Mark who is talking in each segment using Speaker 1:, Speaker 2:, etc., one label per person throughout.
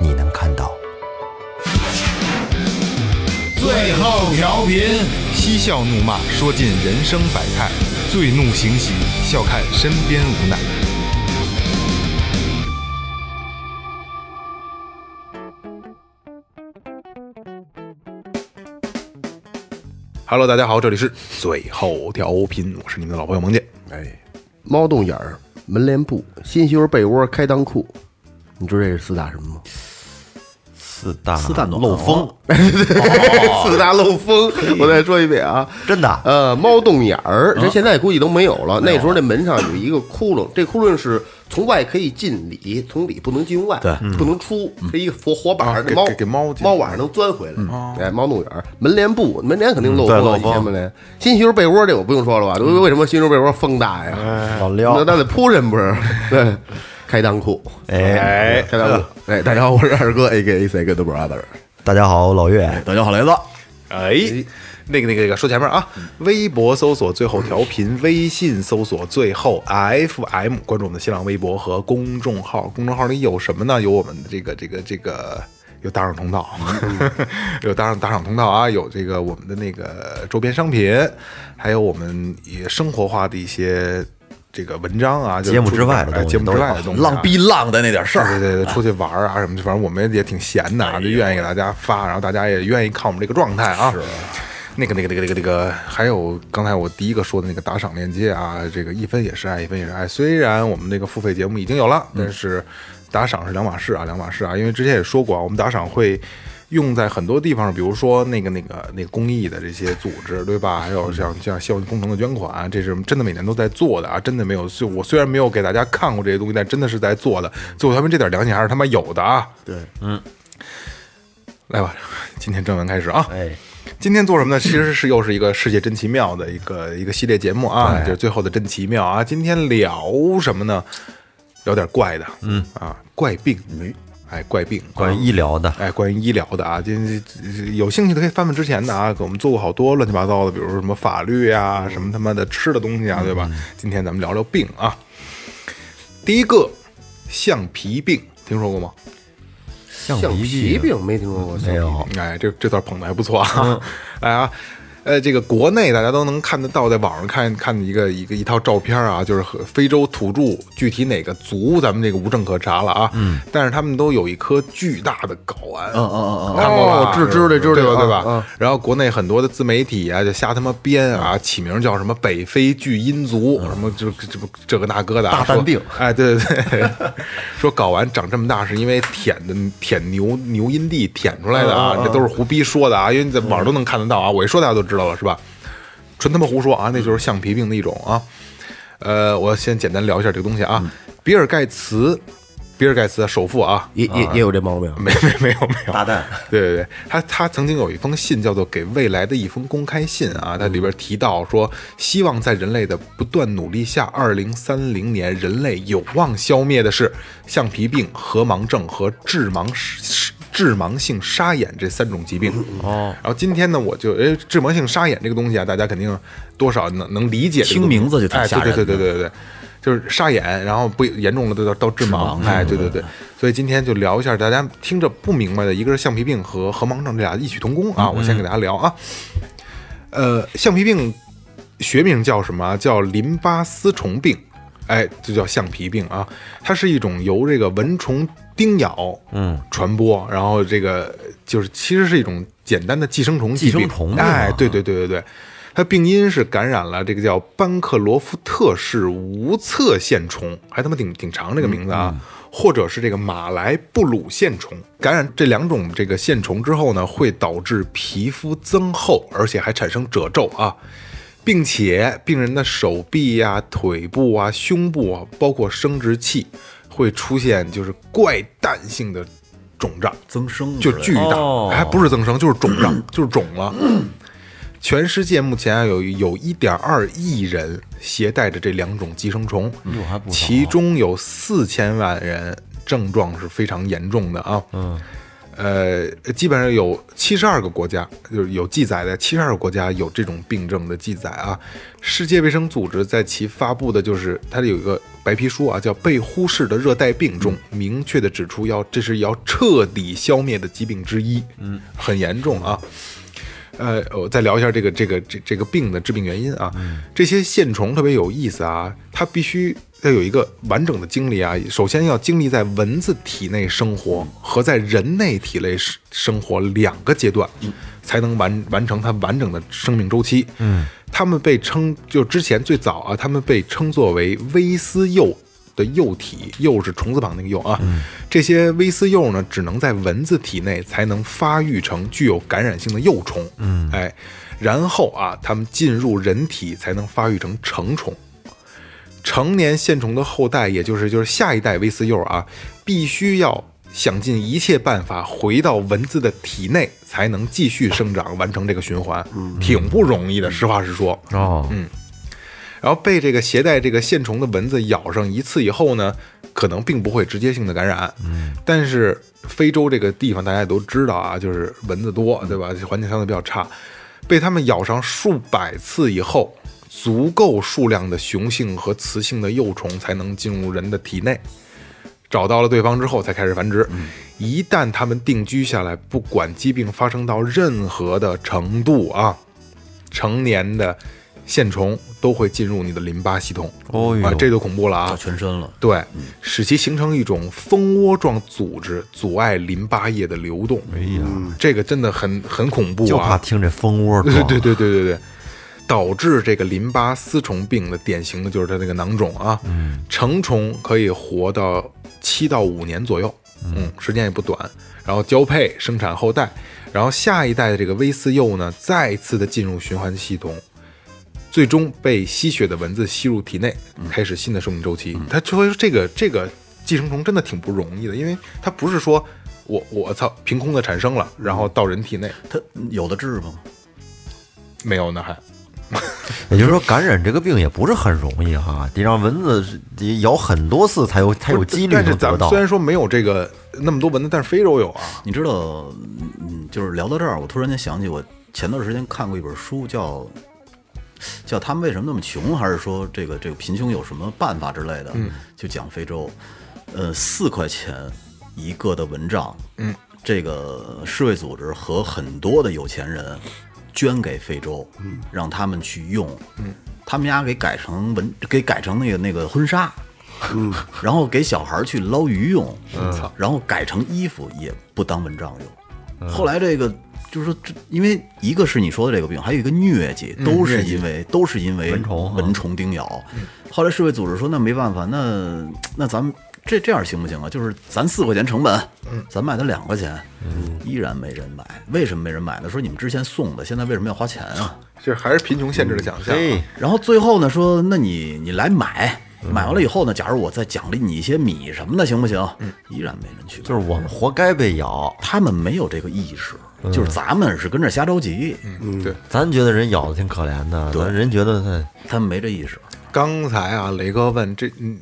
Speaker 1: 你能看到。
Speaker 2: 最后调频，
Speaker 3: 嬉笑怒骂，说尽人生百态；醉怒行喜，笑看身边无奈。Hello，大家好，这里是最后调频，我是你们的老朋友萌姐。
Speaker 4: 哎，猫洞眼儿、门帘布、新修被窝、开裆裤，你知道这是四大什么吗？
Speaker 1: 四大
Speaker 5: 四大暖
Speaker 1: 漏风，
Speaker 4: 四大漏风，我再说一遍啊，
Speaker 1: 真的
Speaker 4: 呃，猫洞眼儿，这现在估计都没有了。那时候那门上有一个窟窿，这窟窿是从外可以进里，从里不能进外，
Speaker 1: 对
Speaker 5: 嗯
Speaker 4: 不能出，是一个活活板儿
Speaker 3: 啊，给
Speaker 4: 猫
Speaker 3: 给给猫进嗯
Speaker 4: 猫晚上能钻回来。哎，猫洞眼儿，门帘布，门帘肯定漏
Speaker 1: 嗯对漏
Speaker 4: 风，以前
Speaker 1: 风
Speaker 4: 门帘。新修被窝这我不用说
Speaker 5: 嗯
Speaker 4: 了吧？为什么新修被窝风大呀？
Speaker 3: 哎
Speaker 1: 老
Speaker 4: 那
Speaker 1: 撩，
Speaker 4: 那得铺人不 是？对，开裆裤，
Speaker 1: 哎，
Speaker 4: 开裆裤。哎，大家好，我是二哥，A K A Second Brother。
Speaker 1: 大家好，我老岳，
Speaker 5: 大家好，雷子，
Speaker 3: 哎，那个那个那个，说前面啊，微博搜索最后调频，微信搜索最后 FM，关注我们的新浪微博和公众号。公众号里有什么呢？有我们的这个这个这个。有打赏通道， 有打赏打赏通道啊，有这个我们的那个周边商品，还有我们也生活化的一些这个文章啊，就是
Speaker 1: 节目
Speaker 3: 出
Speaker 1: 之外的
Speaker 3: 哎
Speaker 1: 东西
Speaker 3: 节目
Speaker 1: 都
Speaker 3: 之
Speaker 1: 有
Speaker 3: 外的东西啊，
Speaker 5: 浪逼浪的那点事
Speaker 3: 对
Speaker 5: 儿，
Speaker 3: 对对，出去玩儿啊什么的，反正我们也挺闲的啊，就愿意给大家发，然后大家也愿意看我们这个状态啊。那个那个那个那个那个，还有刚才我第一个说的那个打赏链接啊，这个一分也是爱，一分也是爱。虽然我们那个付费节目已经有了，但是打赏是两码事啊，两码事啊。因为之前也说过啊，我们打赏会用在很多地方，比如说那个那个那个公益的这些组织，对吧？还有像像校运工程的捐款，啊这是真的每年都在做的啊，真的没有。就我虽然没有给大家看过这些东西，但真的是在做的。最后他们这点良心还是他妈有的啊！
Speaker 4: 对，
Speaker 3: 来吧，今天正文开始啊。
Speaker 1: 哎，
Speaker 3: 今天做什么呢？其实是又是一个世界真奇妙的一个一个系列节目啊，就是最后的真奇妙啊。今天聊什么呢？聊点怪的，嗯啊，怪病，哎，怪病，
Speaker 1: 关于
Speaker 3: 啊
Speaker 1: 医疗的，
Speaker 3: 哎，关于医疗的啊，今有兴趣的可以翻翻之前的啊，给我们做过好多乱七八糟的，比如说什么法律啊，什么他妈的吃的东西啊，对吧？今天咱们聊聊病啊。第一个，橡皮病，听说过吗？
Speaker 1: 橡
Speaker 4: 橡皮
Speaker 1: 皮病，
Speaker 4: 病没听说过，
Speaker 1: 没有，
Speaker 3: 哎，这这段捧的还不错啊！ 来啊，呃，这个国内大家都能看得到，在网上看看一个一个一套照片啊，就是和非洲土著，具体哪个族咱们这个无证可查了啊。嗯，但是他们都有一颗巨大的睾丸。嗯嗯嗯，看过吧？
Speaker 4: 哦知知道
Speaker 3: 对
Speaker 4: 知道
Speaker 3: 对吧？
Speaker 4: 啊
Speaker 3: 对吧？
Speaker 4: 啊嗯
Speaker 3: 然后国内很多的自媒体啊，就瞎他妈编啊，起名叫什么北非巨阴族，什么这这不这个那个的啊
Speaker 4: 大蛋病
Speaker 3: 说哎，对对对， 说睾丸长这么大是因为舔的舔牛牛阴蒂舔出来的啊，
Speaker 4: 嗯
Speaker 3: 这都是胡逼说的啊，因为你在网上都能看得到啊，我一说大家都知道了是吧？纯他妈胡说啊，那就是橡皮病的一种啊。呃，我先简单聊一下这个东西
Speaker 4: 嗯
Speaker 3: 啊，比尔盖茨，比尔盖茨首富啊，
Speaker 4: 也也也有这毛病。
Speaker 3: 没没没有没有，
Speaker 1: 大蛋，
Speaker 3: 对对对，他他曾经有一封信叫做《给未来的一封公开信》啊，它里边提到说，希望在人类的不断努力下，二零三零年人类有望消灭的是橡皮病、河盲症和致盲是致盲性沙眼这三种疾病。哦，然后今天呢，我就哎，致盲性沙眼这个东西啊，大家肯定多少能能理解这个东西。
Speaker 5: 听名字就挺
Speaker 3: 哎，
Speaker 5: 吓人的
Speaker 3: 对对对对对对。就是沙眼，然后不严重了都到到致盲，哎，对对对，所以今天就聊一下大家听着不明白的，一个是橡皮病和河盲症这俩异曲同工啊，我先给大家聊啊，呃，橡皮病学名叫什么啊？叫淋巴丝虫病，哎，就叫橡皮病啊。它是一种由这个蚊虫叮咬，嗯，传播，然后这个就是其实是一种简单的寄生虫疾
Speaker 1: 寄
Speaker 3: 病
Speaker 1: 生虫病啊
Speaker 3: 哎，对对对对对。它病因是感染了这个叫班克罗夫特氏无侧线虫，还他妈挺挺长这个名字
Speaker 1: 嗯
Speaker 3: 啊，或者是这个马来布鲁线虫。感染这两种这个线虫之后呢，会导致皮肤增厚，而且还产生褶皱啊。并且病人的手臂呀、腿部啊、胸部啊，包括生殖器，会出现就是怪诞性的肿胀，
Speaker 5: 增生
Speaker 3: 就
Speaker 5: 之类
Speaker 3: 巨
Speaker 5: 的
Speaker 3: 大，
Speaker 5: 哦
Speaker 3: 还哎不是增生，就是肿胀，就是肿了。全世界目前啊有有一点二亿人携带着这两种寄生虫，
Speaker 5: 还不少啊
Speaker 3: 其中有四千万人症状是非常严重的啊。嗯，呃，基本上有七十二个国家，就是有记载的，七十二个国家有这种病症的记载啊。世界卫生组织在其发布的就是它有一个白皮书啊，叫《被忽视的热带病》中，明确的指出要这是要彻底消灭的疾病之一，嗯，很严重啊。呃，我再聊一下这个这个这这个病的致病原因啊。这些线虫特别有意思啊，它必须要有一个完整的经历啊。首先要经历在蚊子体内生活和在人类体内生生活两个阶段，才能完完成它完整的生命周期。嗯，它们被称就之前最早啊，它们被称作为微丝幼的幼体，幼是虫字旁那个幼啊。这些微丝幼呢，只能在蚊子体内才能发育成具有感染性的幼虫。嗯，哎，然后啊，它们进入人体才能发育成成虫。成年线虫的后代，也就是就是下一代微丝幼啊，必须要想尽一切办法回到蚊子的体内，才能继续生长，完成这个循环，挺不容易的。实话实说，
Speaker 5: 哦，
Speaker 3: 然后被这个携带这个线虫的蚊子咬上一次以后呢，可能并不会直接性的感染。嗯，但是非洲这个地方大家也都知道啊，就是蚊子多，对吧？环境相对比较差，被它们咬上数百次以后，足够数量的雄性和雌性的幼虫才能进入人的体内。找到了对方之后才开始繁殖。
Speaker 5: 嗯
Speaker 3: 一旦它们定居下来，不管疾病发生到任何的程度啊，成年的线虫都会进入你的淋巴系统。
Speaker 5: 哦呦
Speaker 3: 啊，这就恐怖了
Speaker 5: 到
Speaker 3: 啊！
Speaker 5: 全身了，嗯
Speaker 3: 对，使其形成一种蜂窝状组织，阻碍淋巴液的流动。哎呀，这个真的很很恐怖啊！
Speaker 1: 就怕听这蜂窝
Speaker 3: 对
Speaker 1: 状。
Speaker 3: 对对对对对，导致这个淋巴丝虫病的典型的就是它那个囊肿啊，成虫可以活到七到五年左右，嗯，时间也不短，然后交配生产后代，然后下一代的这个微丝幼呢，再次的进入循环系统。最终被吸血的蚊子吸入体内，开始新的生命周期。它所以说这个这个寄生虫真的挺不容易的，因为它不是说我我操凭空的产生了，然后到人体内
Speaker 5: 它有的治吗？
Speaker 3: 没有呢还。
Speaker 1: 也就是说，感染这个病也不是很容易哈，得让蚊子是得咬很多次才有才有几率
Speaker 3: 但是
Speaker 1: 能
Speaker 3: 咱
Speaker 1: 得
Speaker 3: 们
Speaker 1: 到
Speaker 3: 虽。然说没有这个那么多蚊子，但是非洲有啊。
Speaker 5: 你知道，嗯，就是聊到这儿，我突然间想起，我前段时间看过一本书，叫叫他们为什么那么穷，还是说这个这个贫穷有什么办法之类的，就讲非洲，呃，四块钱一个的蚊帐，嗯，这个世卫组织和很多的有钱人捐给非洲，嗯，让他们去用，嗯，他们家给改成蚊，给改成那个那个婚纱。嗯，然后给小孩儿去捞鱼用，嗯，然后改成衣服也不当蚊帐用。后来这个就是说，这因为一个是你说的这个病，还有一个疟嗯疾，都是因为都是因为蚊虫嗯蚊虫叮咬。后来世卫组织说，那没办法，那那咱们这这样行不行啊？就是咱四块钱成本，咱卖他两块钱，依然没人买。为什么没人买呢？说你们之前送的，现在为什么要花钱啊？
Speaker 3: 这还是贫穷限制了想象、
Speaker 1: 嗯
Speaker 3: 啊。
Speaker 5: 然后最后呢说，那你你来买，买完了以后呢，假如我再奖励你一些米什么的，行不行？
Speaker 3: 嗯
Speaker 5: 依然没人去买，
Speaker 1: 就是我们活该被咬，
Speaker 5: 他们没有这个意识，就是咱们是跟着瞎着急，
Speaker 3: 嗯，对。
Speaker 1: 咱觉得人咬的挺可怜的，咱人觉得他
Speaker 5: 他们没这意识。
Speaker 3: 刚才啊，雷哥问这你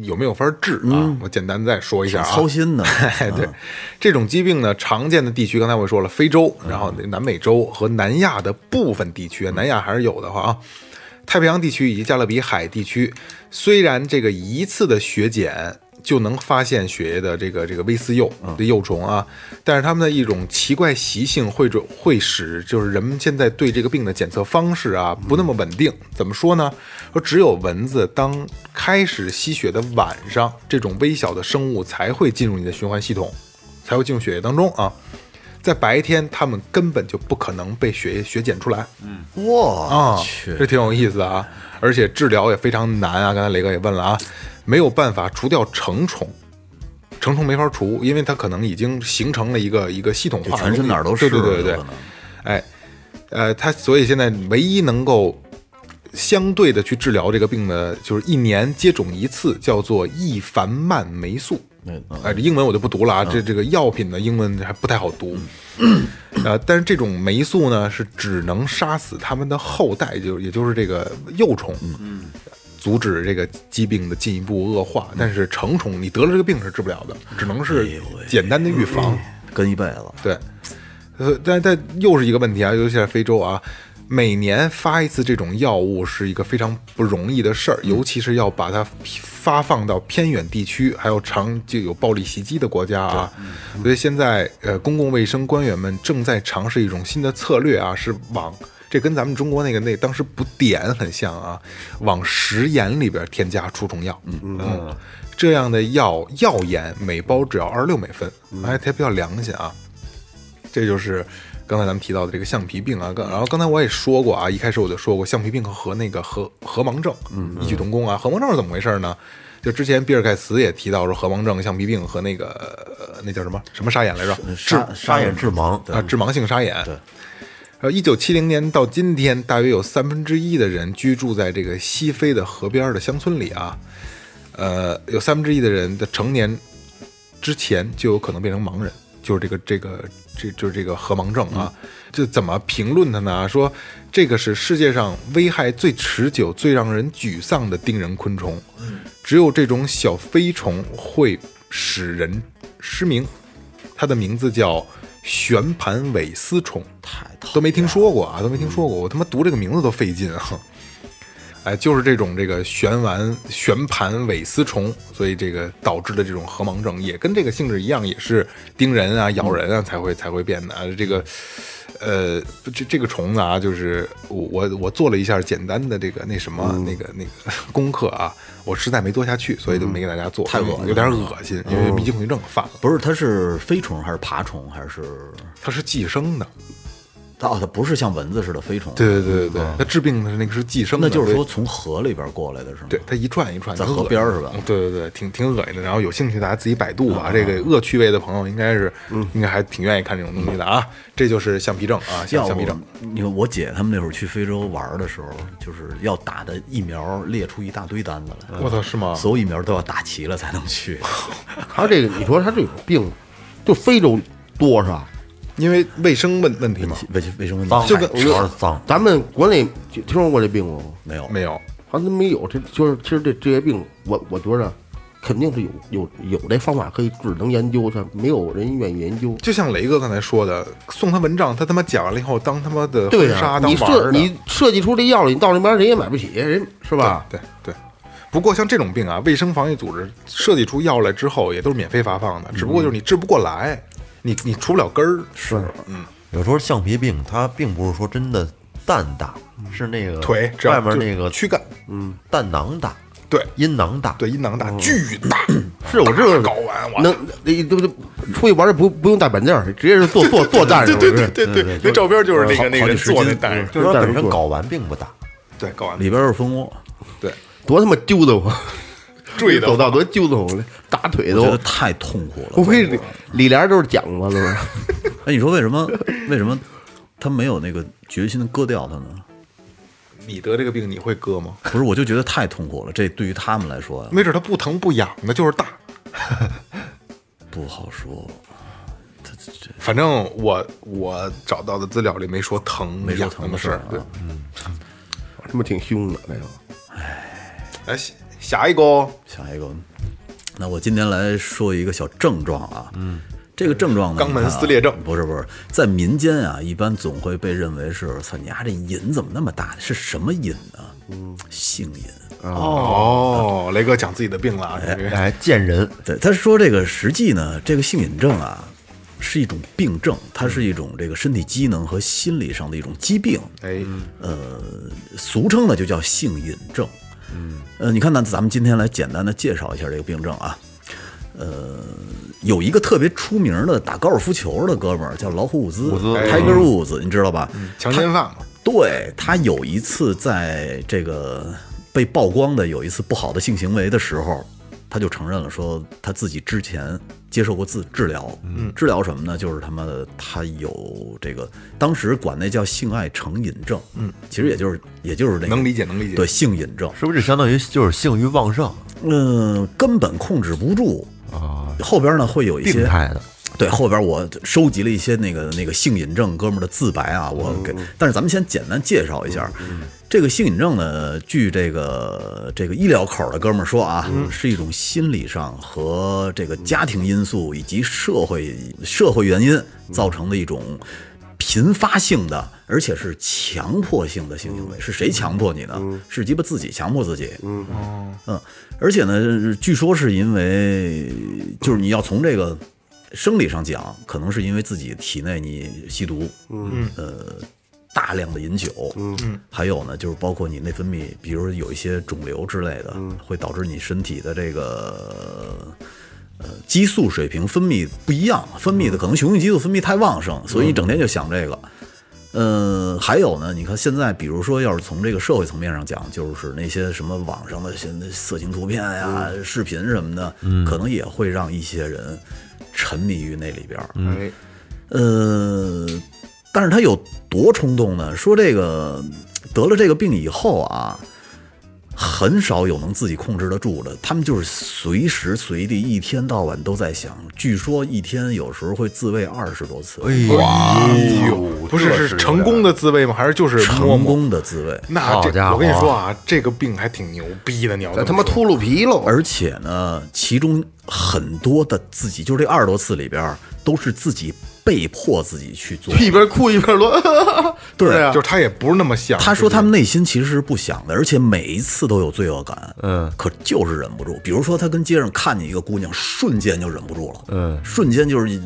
Speaker 3: 你有没有法治啊？
Speaker 1: 嗯
Speaker 3: 我简单再说一下啊。
Speaker 5: 挺操心的
Speaker 3: 哎，对，这种疾病呢，常见的地区，刚才我说了，非洲，然后
Speaker 1: 嗯
Speaker 3: 南美洲和南亚的部分地区，南亚还是有的哈啊。太平洋地区以及加勒比海地区，虽然这个一次的血检就能发现血液的这个这个微丝幼
Speaker 1: 嗯
Speaker 3: 的幼虫啊，但是它们的一种奇怪习性会准会使就是人们现在对这个病的检测方式啊不那么稳定。怎么说呢？说只有蚊子当开始吸血的晚上，这种微小的生物才会进入你的循环系统，才会进入血液当中啊。在白天，它们根本就不可能被血液血检出来。
Speaker 5: 哇
Speaker 3: 啊，这挺有意思的啊，而且治疗也非常难啊。刚才雷哥也问了啊，没有办法除掉成虫，成虫没法除，因为它可能已经形成了一个一个系统化的
Speaker 5: 就
Speaker 3: 东西，
Speaker 5: 全身哪儿都是
Speaker 3: 对对对对
Speaker 5: 有
Speaker 3: 对
Speaker 5: 可能，
Speaker 3: 哎，呃，它所以现在唯一能够相对的去治疗这个病的，就是一年接种一次，叫做异凡曼霉素。
Speaker 5: 嗯
Speaker 3: 哎、英文我就不读了啊，这这个药品的英文还不太好读。 呃，但是这种霉素呢，是只能杀死它们的后代，就也就是这个幼虫，嗯，阻止这个疾病的进一步恶化。但是成虫，你得了这个病是治不了的，只能是简单的预
Speaker 5: 嗯
Speaker 3: 防。
Speaker 5: 跟一辈子，
Speaker 3: 对，呃，但但又是一个问题啊，尤其在非洲啊，每年发一次这种药物是一个非常不容易的事儿，尤其是要把它发放到偏远地区，还有长就有暴力袭击的国家啊。所以现在呃，公共卫生官员们正在尝试一种新的策略啊，是往。这跟咱们中国那个那当时补碘很像啊，往食盐里边添加除虫药，嗯嗯，这样的药药盐每包只要二十六美分，还还比较良心啊。这就是刚才咱们提到的这个橡皮病啊。刚然后刚才我也说过啊，一开始我就说过，橡皮病和和那个核核盲症异曲同工啊。核盲症是怎么回事呢？就之前比尔盖茨也提到说，核盲症、橡皮病和那个呃那叫什么什么沙眼来着？
Speaker 5: 是
Speaker 1: 沙眼致盲，
Speaker 3: 啊，致盲性沙眼。对。呃，一九七零年到今天，大约有三分之一的人居住在这个西非的河边的乡村里啊。呃，有三分之一的人的成年之前就有可能变成盲人，就是这个这个这就是这个核盲症啊。
Speaker 5: 嗯
Speaker 3: 就怎么评论它呢？说这个是世界上危害最持久、最让人沮丧的叮人昆虫。
Speaker 5: 嗯
Speaker 3: 只有这种小飞虫会使人失明，它的名字叫旋盘尾丝虫。
Speaker 5: 太讨
Speaker 3: 都没听说过啊，都没听说过，我他妈读这个名字都费劲啊。哎，就是这种这个旋丸旋盘尾丝虫，所以这个导致的这种核盲症也跟这个性质一样，也是叮人啊、咬人啊才会才会变的啊。这个呃，这这个虫子啊，就是我我我做了一下简单的这个那什么、啊
Speaker 5: 嗯
Speaker 3: 那个 那个功课啊，我实在没做下去，所以就没给大家做，
Speaker 5: 嗯太恶心了嗯
Speaker 3: 有点恶心，因为鼻青恐惧症犯了，
Speaker 5: 不是，它是飞虫还是爬虫还是
Speaker 3: 它是寄生的。
Speaker 5: 它哦，它不是像蚊子似的飞虫，
Speaker 3: 对，对对对对，它治病的是那个是寄生的，
Speaker 5: 那就
Speaker 3: 所
Speaker 5: 是
Speaker 3: 以
Speaker 5: 说从河里边过来的是吗？
Speaker 3: 对，它一串一串
Speaker 5: 在
Speaker 3: 挺
Speaker 5: 河
Speaker 3: 恶
Speaker 5: 边儿
Speaker 3: 心
Speaker 5: 是吧
Speaker 3: 的对对对，挺挺恶心的。然后有兴趣大家自己百度吧，这个恶趣味的朋友应该是，应该还挺愿意看这种东西的啊。这就是橡皮症啊，橡
Speaker 5: 要
Speaker 3: 橡皮症。
Speaker 5: 不你看我姐他们那会儿去非洲玩的时候，就是要打的疫苗列出一大堆单子来，
Speaker 3: 我操，是吗？
Speaker 5: 所有疫苗都要打齐了才能去。
Speaker 4: 他这个，你说他这种病，就非洲多是吧？
Speaker 3: 因为卫生问问题嘛，
Speaker 5: 卫生卫生问
Speaker 1: 脏，
Speaker 5: 题
Speaker 4: 就跟
Speaker 1: 主要是脏，
Speaker 4: 咱们国内就听说过这病吗？
Speaker 5: 没有，
Speaker 3: 没有，
Speaker 4: 好像没有，这就是其实这这些病，我我觉着肯定是有有有这方法可以治，能研究，但没有人愿意研究。
Speaker 3: 就像雷哥刚才说的，送他蚊帐，他他妈讲完了以后当他妈的
Speaker 4: 对
Speaker 3: 婚
Speaker 4: 呀、
Speaker 3: 纱当
Speaker 4: 你
Speaker 3: 玩儿
Speaker 4: 设
Speaker 3: 的，
Speaker 4: 你设计出这药了，你到那边人也买不起，人是吧？
Speaker 3: 对对。不过像这种病啊，卫生防疫组织设计出药来之后，也都是免费发放的，只不过就是你治不过来，你你除不了根儿，是
Speaker 1: 有时候橡皮病它并不是说真的蛋大，是那个
Speaker 3: 嗯腿只要
Speaker 1: 外面
Speaker 3: 就是
Speaker 1: 那个
Speaker 3: 躯干，
Speaker 1: 嗯，蛋囊大，
Speaker 3: 对
Speaker 1: 阴囊大，
Speaker 3: 对，，阴囊大，巨大，
Speaker 4: 是我这个
Speaker 3: 睾丸我
Speaker 4: 能那都都出去玩儿不不用带板凳儿，直接是坐坐坐 站着。
Speaker 3: 对对对对对，那照片就是那个那个人坐那蛋上，
Speaker 1: 就是它本身睾丸并不大，
Speaker 3: 对，睾丸
Speaker 5: 里边是蜂窝，
Speaker 3: 对，
Speaker 4: 多他妈揪的我，
Speaker 3: 坠的
Speaker 4: 走道多揪的我，打腿
Speaker 5: 我觉得
Speaker 4: 都。
Speaker 5: 太痛苦了。
Speaker 4: 不会李李莲都是讲过的吧？
Speaker 5: 哎，你说为什么？为什么他没有那个决心割掉它呢？
Speaker 3: 你得这个病你会割吗？
Speaker 5: 不是，我就觉得太痛苦了。这对于他们来说呀，啊
Speaker 3: 没准它不疼不痒的，就是大。
Speaker 5: 不好说。
Speaker 3: 反正我我找到的资料里没说疼
Speaker 5: 没说
Speaker 3: 痒
Speaker 5: 疼
Speaker 3: 的
Speaker 5: 的
Speaker 3: 事
Speaker 5: 事
Speaker 3: 儿
Speaker 5: 儿。
Speaker 3: 对
Speaker 5: 啊，
Speaker 4: 我他妈挺凶的那个。
Speaker 3: 哎，下下一个哦，
Speaker 5: 下一个，那我今天来说一个小症状啊，嗯，这个症状呢，
Speaker 3: 肛门
Speaker 5: 你看啊
Speaker 3: 撕裂症
Speaker 5: 不是不是，在民间啊，一般总会被认为是，操你丫这瘾怎么那么大？是什么瘾呢？嗯，性瘾。
Speaker 3: 哦，雷哥讲自己的病了啊，这个
Speaker 1: 哎，见人
Speaker 5: 对，他说这个实际呢，这个性瘾症啊，是一种病症，它是一种这个身体机能和心理上的一种疾病。
Speaker 3: 哎，
Speaker 5: 俗称呢就叫性瘾症。嗯，呃，你看呢，咱们今天来简单的介绍一下这个病症啊。呃，有一个特别出名的打高尔夫球的哥们儿叫老虎伍兹
Speaker 1: 兹
Speaker 5: （Tiger Woods），你知道吧？
Speaker 3: 强奸犯嘛，
Speaker 5: 对他有一次在这个被曝光的有一次不好的性行为的时候，他就承认了，说他自己之前接受过治治疗，嗯，治疗什么呢？就是他妈的他有这个，当时管那叫性爱成瘾症，嗯，其实也就是也就是那个
Speaker 3: 能理解能理解
Speaker 5: 对性瘾症，呃
Speaker 1: 是不是就相当于就是性欲旺盛
Speaker 5: 嗯、根本控制不住。
Speaker 1: 啊？
Speaker 5: 后边呢会有一
Speaker 1: 病
Speaker 5: 些
Speaker 1: 态的，
Speaker 5: 对，后边我收集了一些那个那个性瘾症哥们儿的自白啊，我给，但是咱们先简单介绍一下，这个性瘾症呢，据这个这个医疗口儿的哥们儿说啊，是一种心理上和这个家庭因素以及社会社会原因造成的一种。频发性的，而且是强迫性的性行为，是谁强迫你呢？是鸡巴自己强迫自己。嗯而且呢，据说是因为就是你要从这个生理上讲，可能是因为自己体内你吸毒，嗯呃。大量的饮酒，嗯，还有呢，就是包括你内分泌，比如有一些肿瘤之类的，会导致你身体的这个呃激素水平分泌不一样，分泌的可能雄性激素分泌太旺盛，所以你整天就想这个。呃，还有呢，你看现在，比如说，要是从这个社会层面上讲，就是那些什么网上的现在色情图片呀、视频什么的，可能也会让一些人沉迷于那里边儿。
Speaker 4: 哎，
Speaker 5: 呃，但是他有多冲动呢？说这个得了这个病以后啊，很少有能自己控制得住的，他们就是随时随地一天到晚都在想。据说一天有时候会自慰二十多次，
Speaker 3: 哇，不是是成功的滋味吗？还是就是摸
Speaker 5: 成
Speaker 3: 摸？
Speaker 5: 功的自慰。
Speaker 3: 那
Speaker 1: 好家
Speaker 3: 这
Speaker 1: 伙
Speaker 3: 我跟你说啊，这个病还挺牛逼的，你要
Speaker 4: 咱
Speaker 3: 这
Speaker 4: 他妈
Speaker 3: 么说
Speaker 4: 秃噜皮喽！
Speaker 5: 而且呢，其中很多的自己，就是这二十多次里边儿，都是自己被迫自己去做。
Speaker 4: 一边哭一边乱，
Speaker 5: 对
Speaker 4: 对啊
Speaker 3: 就是他也不是那么想。
Speaker 5: 他说
Speaker 3: 就是
Speaker 5: 他们内心其实是不想的，而且每一次都有罪恶感，
Speaker 1: 嗯，
Speaker 5: 可就是忍不住。比如说他跟街上看见一个姑娘，瞬间就忍不住了，
Speaker 1: 嗯，
Speaker 5: 瞬间就是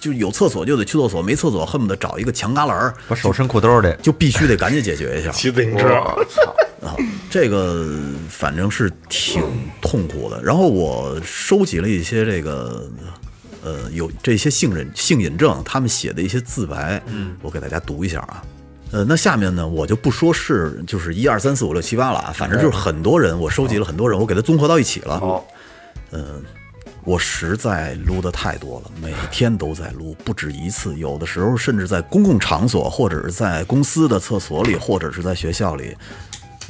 Speaker 5: 就有厕所就得去厕所，没厕所恨不得找一个墙旮旯儿，
Speaker 1: 把手伸裤兜里。
Speaker 5: 就必须得赶紧解决一下。
Speaker 3: 骑自行车，
Speaker 5: 这个反正是挺痛苦的。然后我收集了一些这个，呃，有这些性人性瘾症他们写的一些自白，嗯，我给大家读一下啊。呃，那下面呢，我就不说是就是一二三四五六七八了啊，反正就是很多人，我收集了很多人，我给它综合到一起了。哦，嗯，我实在撸的太多了，每天都在撸，不止一次，有的时候甚至在公共场所，或者是在公司的厕所里，或者是在学校里，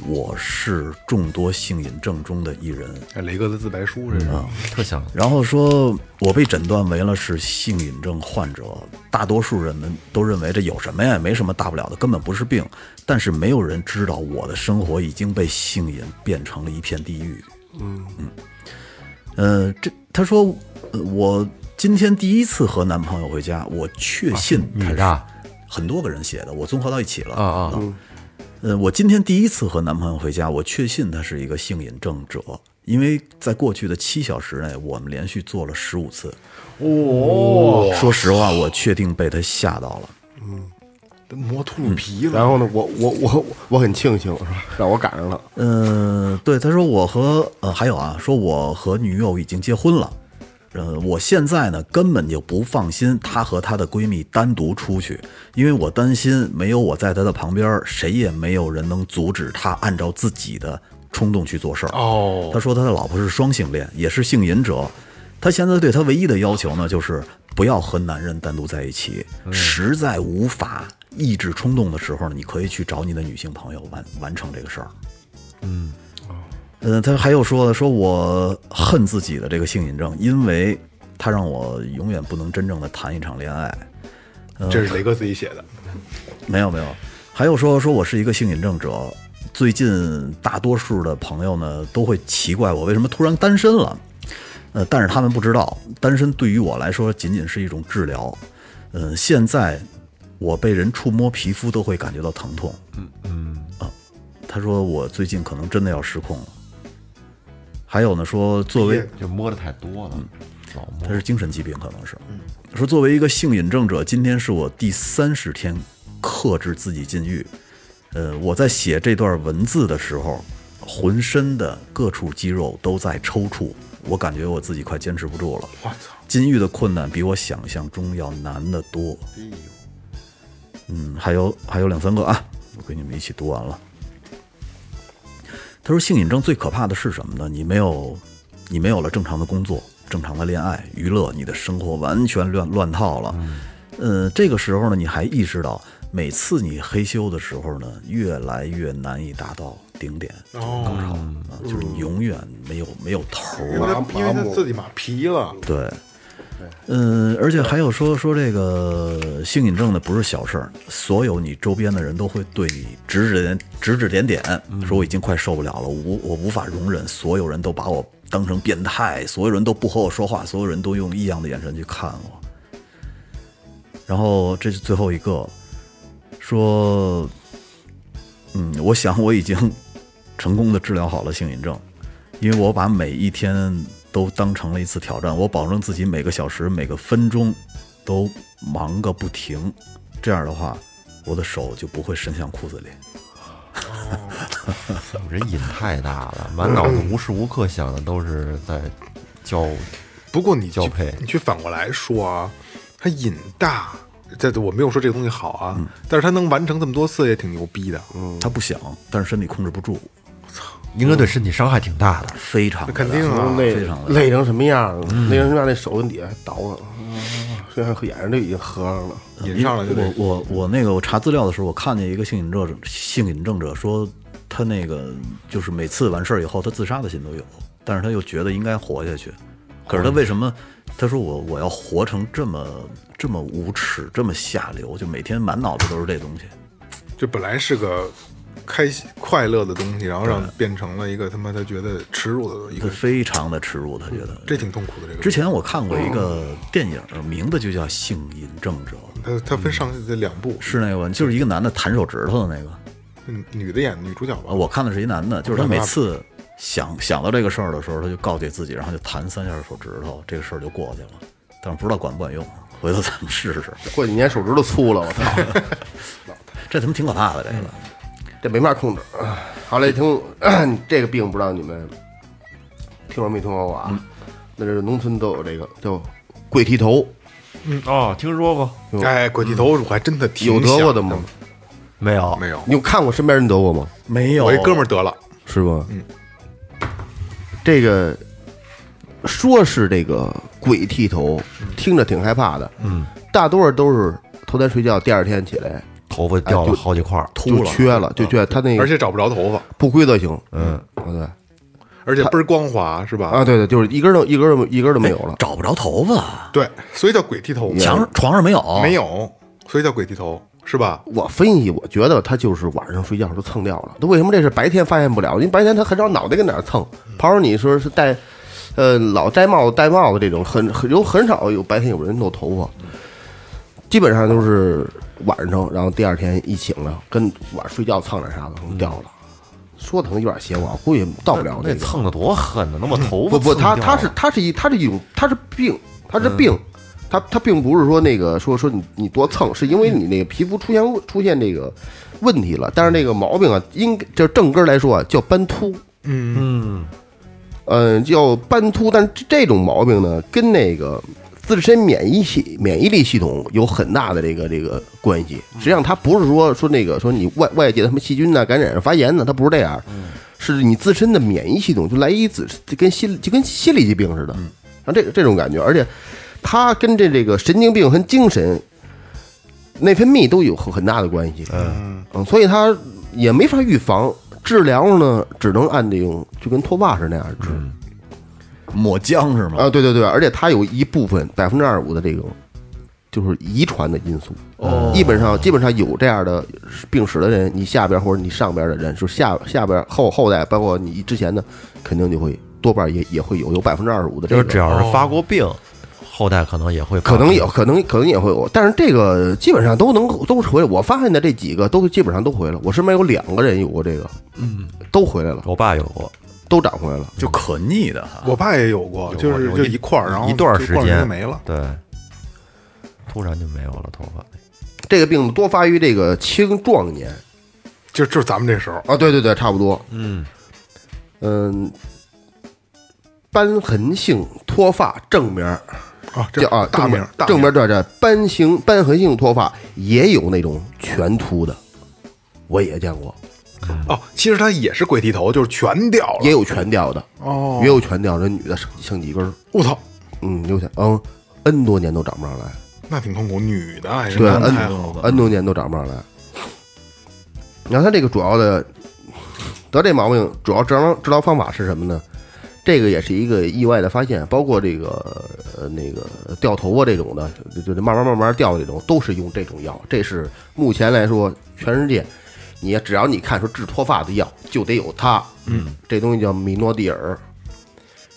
Speaker 5: 我是众多性瘾症中的一人。
Speaker 3: 哎雷哥的自白书这是。
Speaker 1: 啊特想
Speaker 5: 然后说，我被诊断为了是性瘾症患者，大多数人们都认为这有什么呀，没什么大不了的，根本不是病。但是没有人知道我的生活已经被性瘾变成了一片地狱。嗯呃，这他说、呃我今天第一次和男朋友回家，我确信
Speaker 1: 女
Speaker 5: 他是
Speaker 1: 的啊
Speaker 5: 很多个人写的，我综合到一起了
Speaker 1: 啊啊
Speaker 3: 嗯
Speaker 5: 呃，我今天第一次和男朋友回家，我确信他是一个性瘾症者，因为在过去的七小时内，我们连续做了十五次。哦，说实话，我确定被他吓到了。
Speaker 3: 都磨秃噜皮了。
Speaker 4: 然后呢，我我我我很庆幸，是吧？让我赶上了。
Speaker 5: 嗯，对，他说我和呃还有啊，说我和女友已经结婚了，呃，我现在呢根本就不放心她和她的闺蜜单独出去，因为我担心没有我在她的旁边，谁也没有人能阻止她按照自己的冲动去做事儿。
Speaker 3: 哦
Speaker 5: 他说他的老婆是双性恋，也是性瘾者。他现在对他唯一的要求呢，就是不要和男人单独在一起。实在无法抑制冲动的时候呢，你可以去找你的女性朋友完完成这个事儿。嗯，呃，他还有说了，说我恨自己的这个性瘾症，因为他让我永远不能真正的谈一场恋爱。
Speaker 3: 这是雷哥自己写的，
Speaker 5: 没有没有，还有说说我是一个性瘾症者，最近大多数的朋友呢都会奇怪我为什么突然单身了，呃，但是他们不知道，单身对于我来说仅仅是一种治疗，呃，现在我被人触摸皮肤都会感觉到疼痛，嗯嗯，啊，他说我最近可能真的要失控了，还有呢说作为
Speaker 1: 就摸的太多了，
Speaker 3: 嗯
Speaker 1: 老摸
Speaker 5: 他是精神疾病，可能是。说作为一个性瘾症者，今天是我第三十天克制自己禁欲。呃，我在写这段文字的时候，浑身的各处肌肉都在抽搐，我感觉我自己快坚持不住了。
Speaker 3: 我操！
Speaker 5: 禁欲的困难比我想象中要难得多。嗯，还有还有两三个啊，我给你们一起读完了。他说，性瘾症最可怕的是什么呢？你没有，你没有了正常的工作、正常的恋爱、娱乐，你的生活完全乱乱套了。呃，这个时候呢，你还意识到，每次你嘿咻的时候呢，越来越难以达到顶点，
Speaker 3: 哦，
Speaker 5: 啊，就是你永远没有没有头儿。
Speaker 3: 因为他因为他自己马皮了，
Speaker 5: 对，嗯，而且还有说说这个性瘾症的不是小事儿，所有你周边的人都会对你指指点指指点点，说我已经快受不了了，无我无法容忍，所有人都把我当成变态，所有人都不和我说话，所有人都用异样的眼神去看我。然后这是最后一个，说，嗯，我想我已经成功的治疗好了性瘾症，因为我把每一天都当成了一次挑战，我保证自己每个小时、每个分钟都忙个不停，这样的话，我的手就不会伸向裤子里。
Speaker 1: 我这瘾太大了，满脑子无时无刻想的都是在交
Speaker 3: 不过你去
Speaker 1: 交配
Speaker 3: 你去反过来说啊，他瘾大，这我没有说这个东西好啊，但是他能完成这么多次也挺牛逼的。嗯，
Speaker 5: 他不想，但是身体控制不住，
Speaker 1: 应该对身体伤害挺大的。
Speaker 5: 非常
Speaker 3: 肯定
Speaker 5: 的
Speaker 3: 啊，
Speaker 5: 非常的
Speaker 4: 累成什么样了？累成什么样？那手跟底下还倒了，现在眼睛都已经合上了。
Speaker 5: 嗯
Speaker 3: 瘾上了就得
Speaker 5: 啊我我我那个我查资料的时候，我看见一个性瘾症者性瘾症者说，他那个就是每次完事儿以后，他自杀的心都有，但是他又觉得应该活下去，可是他为什么？他说我我要活成这么这么无耻，这么下流，就每天满脑子都是这东西。
Speaker 3: 这本来是个开心快乐的东西，然后让变成了一个他妈他觉得耻辱的一
Speaker 5: 他
Speaker 3: 个，
Speaker 5: 非常的耻辱，他觉得。
Speaker 3: 这挺痛苦的这个。
Speaker 5: 之前我看过一个电影，名字就叫《性瘾症者
Speaker 3: 他他分上下两部，》，
Speaker 5: 是那个就是一个男的弹手指头的那个。
Speaker 3: 嗯女的演女主角吧
Speaker 5: 啊，？我看的是一男的，就是他每次想想到这个事儿的时候，他就告诫自己，然后就弹三下手指头，这个事儿就过去了。但是不知道管不管用，回头咱们试试。
Speaker 4: 过几年手指头粗了，我操，
Speaker 5: 这他妈挺可怕的，这个。
Speaker 4: 这没法控制。唉好嘞，听这个病不知道你们听说没听说过啊？那是农村都有这个叫跪剃头，
Speaker 1: 嗯哦，听说过
Speaker 3: 哎，鬼剃头我还真的挺
Speaker 4: 有得过的
Speaker 3: 想
Speaker 4: 吗？
Speaker 1: 没有？
Speaker 3: 没有，
Speaker 4: 你有看过身边人得过吗？
Speaker 5: 没有
Speaker 3: 我一哥们儿得了，
Speaker 4: 是吗？嗯，这个说是这个鬼剃头，听着挺害怕的。嗯，大多数都是头天睡觉，第二天起来
Speaker 1: 头发掉了好几块儿，
Speaker 4: 就缺了，就缺他那
Speaker 3: 而
Speaker 4: 个
Speaker 3: 且找不着头发，
Speaker 4: 不规则型。嗯，啊对
Speaker 3: 而且倍儿光滑，是吧？
Speaker 4: 啊对对，就是一根儿都一根儿都一根儿都没有了。
Speaker 5: 找不着头发，
Speaker 3: 对，所以叫鬼剃头，
Speaker 5: 墙上床上没有，
Speaker 3: 没有，所以叫鬼剃头，是吧？
Speaker 4: 我分析，我觉得他就是晚上睡觉时候蹭掉了。他为什么这是白天发现不了？因为白天他很少脑袋跟哪儿蹭。刨除你说是戴，呃，老摘帽子戴帽子这种，很很有很少有白天有人露头发，基本上都是晚上，然后第二天一醒了，跟晚上睡觉蹭点啥子可能掉了。说的可能有点邪乎，我估计到不了
Speaker 1: 那
Speaker 4: 这个。
Speaker 1: 蹭的多狠呢，那么头发
Speaker 4: 不不，
Speaker 1: 蹭掉
Speaker 4: 他
Speaker 1: 了嗯
Speaker 4: 他是他是一他是一种他是病，他是病，他他并不是说那个说说你你多蹭，是因
Speaker 1: 嗯
Speaker 4: 为你那个皮肤出现出现这个问题了。但是那个毛病啊，应该就正根儿来说啊，叫斑秃，
Speaker 1: 嗯
Speaker 4: 嗯、叫斑秃。但是这这种毛病呢，跟那个自身免疫系免疫力系统有很大的这个这个关系。实际上，它不是说说那个说你外外界的什么细菌呐、感染、发炎呐、它不是这样，是你自身的免疫系统就来一子就跟心就跟心理疾病似的，像这这种感觉，而且它跟这这个神经病和精神内分泌都有很很大的关系，嗯所以它也没法预防。治疗呢，只能按这种就跟脱发似的那样治，
Speaker 5: 抹姜是吗？
Speaker 4: 啊，对对对，而且它有一部分百分之二十五的这种就是遗传的因素。哦，基本上基本上有这样的病史的人，你下边或者你上边的人，就是下下边后后代，包括你之前的，肯定就会多半也也会有有百分之二十五的这
Speaker 1: 就
Speaker 4: 个。
Speaker 1: 是只要是发过病，后代可能也会发
Speaker 4: 可能
Speaker 1: 病
Speaker 4: 有，可能可能也会有，但是这个基本上都能都是回来。我发现的这几个都基本上都回来。我身边有两个人有过这个，嗯，都回来了，
Speaker 1: 我爸有过，
Speaker 4: 都长回来了。
Speaker 5: 就可逆的哈。
Speaker 3: 我爸也有过，就是
Speaker 1: 有
Speaker 3: 就一块儿，然后
Speaker 1: 一段
Speaker 3: 就
Speaker 1: 时
Speaker 3: 一块儿
Speaker 1: 间
Speaker 3: 就没了。
Speaker 1: 对，突然就没有了头发。
Speaker 4: 这个病多发于这个青壮年，
Speaker 3: 就就咱们这时候，
Speaker 4: 啊，对对对，差不多。
Speaker 1: 嗯
Speaker 4: 嗯，斑痕性脱发正名儿
Speaker 3: 啊，这
Speaker 4: 叫啊，
Speaker 3: 大名
Speaker 4: 名
Speaker 3: 儿大
Speaker 4: 正
Speaker 3: 名
Speaker 4: 名
Speaker 3: 儿
Speaker 4: 叫这斑形斑痕性脱发，也有那种全秃的，我也见过，
Speaker 3: 哦，其实他也是鬼剃头，就是全掉了。
Speaker 4: 也有全掉的，
Speaker 3: 哦
Speaker 4: 也有全掉的，这女的剩剩几根儿，
Speaker 3: 我操，
Speaker 4: 嗯，有点嗯，n 多年都长不上来，
Speaker 3: 那挺痛苦，女的还是
Speaker 4: 对
Speaker 3: 男的
Speaker 4: ，n
Speaker 5: 哎
Speaker 3: 还好
Speaker 4: n 多年都长不上来。然后他这个主要的得这毛病，主要治疗治疗方法是什么呢？这个也是一个意外的发现，包括这个呃那个掉头发这种的，就就就慢慢慢慢掉的这种，都是用这种药。这是目前来说，全世界，你只要你看说治脱发的药，就得有它。嗯，这东西叫米诺地尔。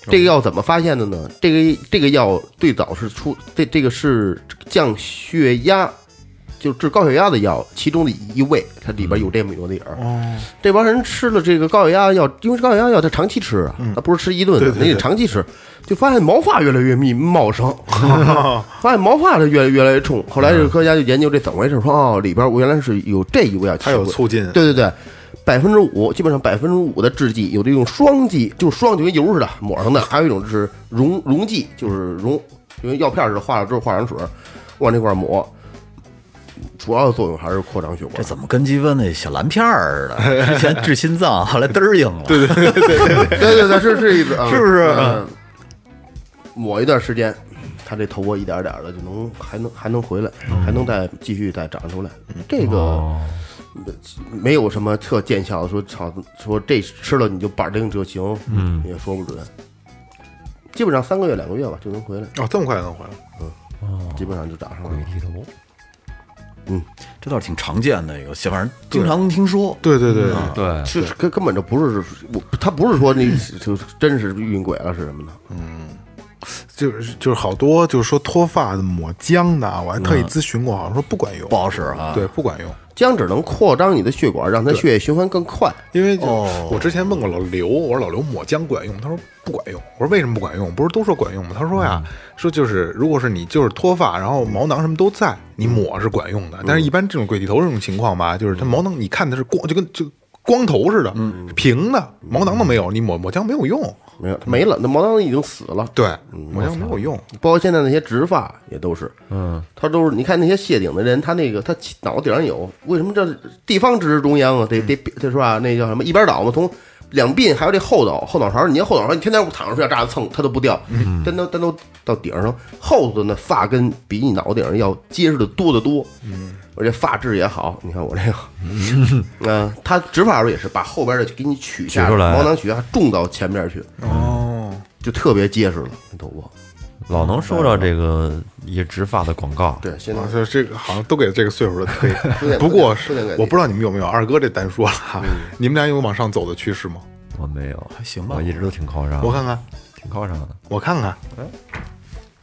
Speaker 4: 这个药怎么发现的呢？这个这个药最早是出这这个是降血压，就是治高血压的药，其中的一味，它里边有这米诺地尔。
Speaker 3: 哦
Speaker 4: 这帮人吃了这个高血压药，因为高血压药它长期吃啊，
Speaker 3: 嗯
Speaker 4: 它不是吃一顿的，那得长期吃，就发现毛发越来越密茂 盛，发现毛发它越来越来越冲。后来这个科学家就研究这怎么回事，说哦，里边我原来是有这一味药，
Speaker 3: 它有促进
Speaker 4: 对对对。百分之五，基本上百分之五的制剂，有这种霜剂，就是霜就跟油似的抹上的，还有一种就是溶溶剂，就是溶，就跟药片似的，化了之后化成水，往那块儿抹，主要作用还是扩张血管
Speaker 5: 这。怎么跟鸡巴那小蓝片儿似 的？之前治心脏，后来嘚儿硬了。对对，
Speaker 4: 对对对，是是意思啊，
Speaker 5: 是不是
Speaker 4: 嗯，抹一段时间，他这头发一点儿点儿的就能还能还能回来，
Speaker 5: 嗯
Speaker 4: 还能再继续再长出来。这个。
Speaker 5: 哦
Speaker 4: 没有什么特见效的，说操，说这吃了你就板定就行，嗯，也说不准。基本上三个月两个月吧就能回来，
Speaker 3: 哦，这么快能回来？
Speaker 5: 哦
Speaker 4: 基本上就长上了。
Speaker 1: 剃头，
Speaker 5: 这倒是挺常见的一个，反正经常能听说。
Speaker 3: 对对对，
Speaker 4: 嗯
Speaker 1: 对，
Speaker 4: 就是根根本就不是我，他不是说你就是真是运鬼了是什么的，
Speaker 3: 就是就是好多就是说脱发的抹姜的啊，我还特意咨询过，好像说不管用，
Speaker 5: 嗯不好使啊
Speaker 3: 对，不管用。
Speaker 4: 姜只能扩张你的血管，让它血液循环更快。
Speaker 3: 因为就
Speaker 5: 哦
Speaker 3: 我之前问过老刘，我说老刘抹姜管用，他说不管用。我说为什么不管用？不是都说管用吗？他说
Speaker 5: 嗯
Speaker 3: 呀，说就是如果是你就是脱发，然后毛囊什么都在，
Speaker 5: 嗯
Speaker 3: 你抹是管用的。但是一般这种鬼剃头这种情况吧，就是他毛囊你看的是光，就跟就光头似的，
Speaker 5: 嗯
Speaker 3: 平的，毛囊都没有，你抹抹姜没有用。
Speaker 4: 没有，没了，那毛囊已经死了。
Speaker 3: 对，
Speaker 5: 嗯
Speaker 3: 抹姜没有用。
Speaker 4: 包括现在那些植发也都是，嗯，他都是你看那些谢顶的人，他那个他起脑顶上有，为什么这地方支持中央啊？得得得是吧？那叫什么一边倒嘛，从两鬓还有这后脑后脑勺，你看后脑勺你天天躺着睡觉炸着蹭，它都不掉，但都但都到顶上，后头的那发根比你脑顶上要结实的多得多，嗯，而且发质也好，你看我这个， 嗯，他植发的时候也是把后边的给你取下
Speaker 1: 取出来
Speaker 4: 毛囊取下种到前边去，
Speaker 3: 哦，
Speaker 4: 就特别结实了，那头发。
Speaker 1: 老能收到这个一植发的广告，
Speaker 4: 对，现在
Speaker 3: 啊，就是这个好像都给这个岁数的推
Speaker 4: 点，
Speaker 3: 不过是
Speaker 4: 有点有点
Speaker 3: 我不知道你们有没有二哥这单说了哈，
Speaker 4: 嗯
Speaker 3: 你们俩有往上走的趋势吗？
Speaker 1: 我没有，还
Speaker 5: 行吧
Speaker 1: 我一直都挺靠上，
Speaker 3: 我看看，
Speaker 1: 挺靠上的，
Speaker 3: 我看看，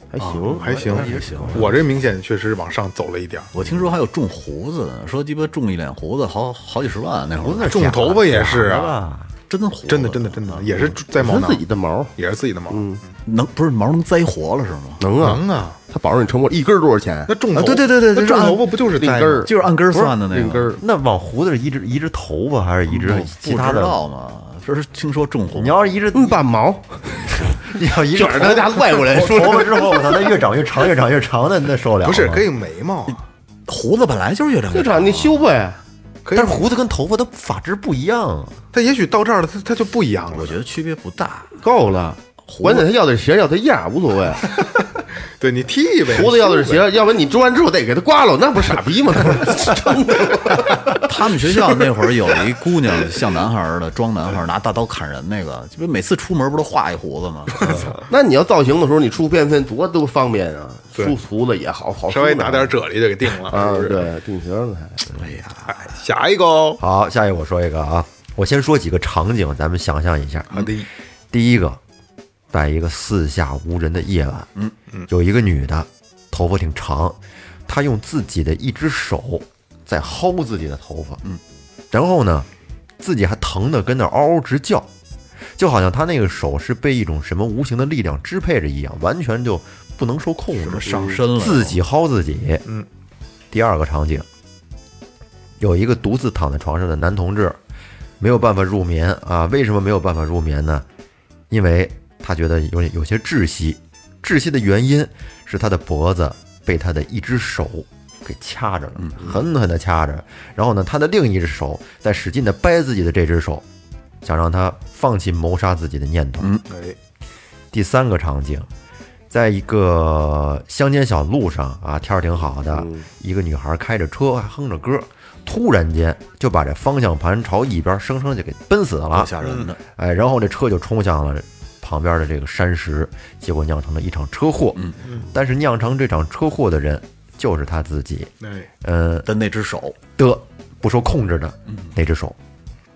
Speaker 4: 还行，
Speaker 3: 还行，
Speaker 5: 也行
Speaker 3: 我这明显确实往上走了一点儿，
Speaker 5: 我听说还有种胡子的，说鸡巴种一脸胡子好好几十万那会儿，
Speaker 3: 种头发也是啊，
Speaker 1: 啊，
Speaker 5: 真胡子，
Speaker 3: 真的真的真的也是在毛
Speaker 4: 是
Speaker 3: 囊
Speaker 4: 自，己的毛，
Speaker 3: 也是自己的毛，
Speaker 4: 嗯
Speaker 5: 能不是毛能栽活了是吗？
Speaker 4: 能啊，
Speaker 3: 能啊，
Speaker 4: 他保证你成不了一根儿多少钱
Speaker 3: 那？种
Speaker 5: 啊
Speaker 3: 头，
Speaker 5: 对对对对
Speaker 3: 那
Speaker 5: 就是
Speaker 3: 种
Speaker 5: 按
Speaker 3: 头发不就是
Speaker 4: 另
Speaker 3: 栽
Speaker 4: 根儿
Speaker 3: 吗
Speaker 5: 就是按根儿算的那
Speaker 4: 另
Speaker 5: 个哦
Speaker 4: 根。儿，
Speaker 1: 那往胡子是移植移植头发还是移植
Speaker 5: 不
Speaker 1: 其
Speaker 5: 嗯不
Speaker 1: 他
Speaker 5: 知
Speaker 1: 的？
Speaker 5: 道嘛？这是听说种胡
Speaker 1: 你
Speaker 5: 子，
Speaker 1: 要是移植，
Speaker 4: 嗯，半毛，
Speaker 1: 你要移植
Speaker 4: 卷
Speaker 1: 头
Speaker 4: 儿的家外 国人
Speaker 1: 头
Speaker 4: 说
Speaker 1: 头发之后，我操，那越长越长，越长越长的，那受不了吗。
Speaker 3: 不是可以眉毛啊，
Speaker 5: 胡子本来就是越长
Speaker 4: 就
Speaker 5: 越
Speaker 4: 长你修呗，
Speaker 3: 可以
Speaker 1: 但是，胡子跟头发的发质不一样啊，
Speaker 3: 但也许到这儿了，它它就不一样了。
Speaker 5: 我觉得区别不大。
Speaker 4: 够了。关键他要的是鞋，要他样儿无所谓。
Speaker 3: 对你剃呗，
Speaker 4: 胡子要的是鞋，要不然你做完之后得给他刮了，那不是傻逼吗？ 真的，
Speaker 5: 他们学校那会儿有一姑娘像男孩儿的，装男孩儿拿大刀砍人那个，就每次出门不都画一胡子吗？
Speaker 4: 那你要造型的时候，你梳边分多多方便啊，
Speaker 3: 对
Speaker 4: 梳胡子也好好梳呢，
Speaker 3: 稍微拿点啫喱就给定
Speaker 4: 啊
Speaker 3: 了，，是不是？
Speaker 4: 对，定型了还。
Speaker 3: 哎下一个哦，
Speaker 1: 好，下一个我说一个啊，我先说几个场景，咱们想象一下。
Speaker 3: 好的，
Speaker 1: 第一个，在一个四下无人的夜晚，嗯嗯，有一个女的，头发挺长，她用自己的一只手在薅自己的头发，嗯，然后呢，自己还疼得跟那儿嗷嗷直叫，就好像她那个手是被一种什么无形的力量支配着一样，完全就不能受控制，
Speaker 5: 上身了，
Speaker 1: 自己薅自己。嗯，第二个场景，有一个独自躺在床上的男同志，没有办法入眠啊。为什么没有办法入眠呢？因为他觉得有点有些窒息，窒息的原因是他的脖子被他的一只手。给掐着了，
Speaker 5: 嗯
Speaker 1: 狠狠地掐着。然后呢，他的另一只手在使劲地掰自己的这只手，想让他放弃谋杀自己的念头。
Speaker 3: 哎，
Speaker 1: 第三个场景，在一个乡间小路上啊，天儿挺好的，一个女孩开着车还哼着歌，突然间就把这方向盘朝一边生生就给奔死
Speaker 5: 够
Speaker 1: 了，
Speaker 5: 啊吓人的。
Speaker 1: 哎，然后这车就冲向了旁边的这个山石，结果酿成了一场车祸。嗯但是酿成这场车祸的人就是他自己，
Speaker 3: 哎，
Speaker 1: 嗯
Speaker 5: 的那只手，
Speaker 1: 的不受控制的那只手。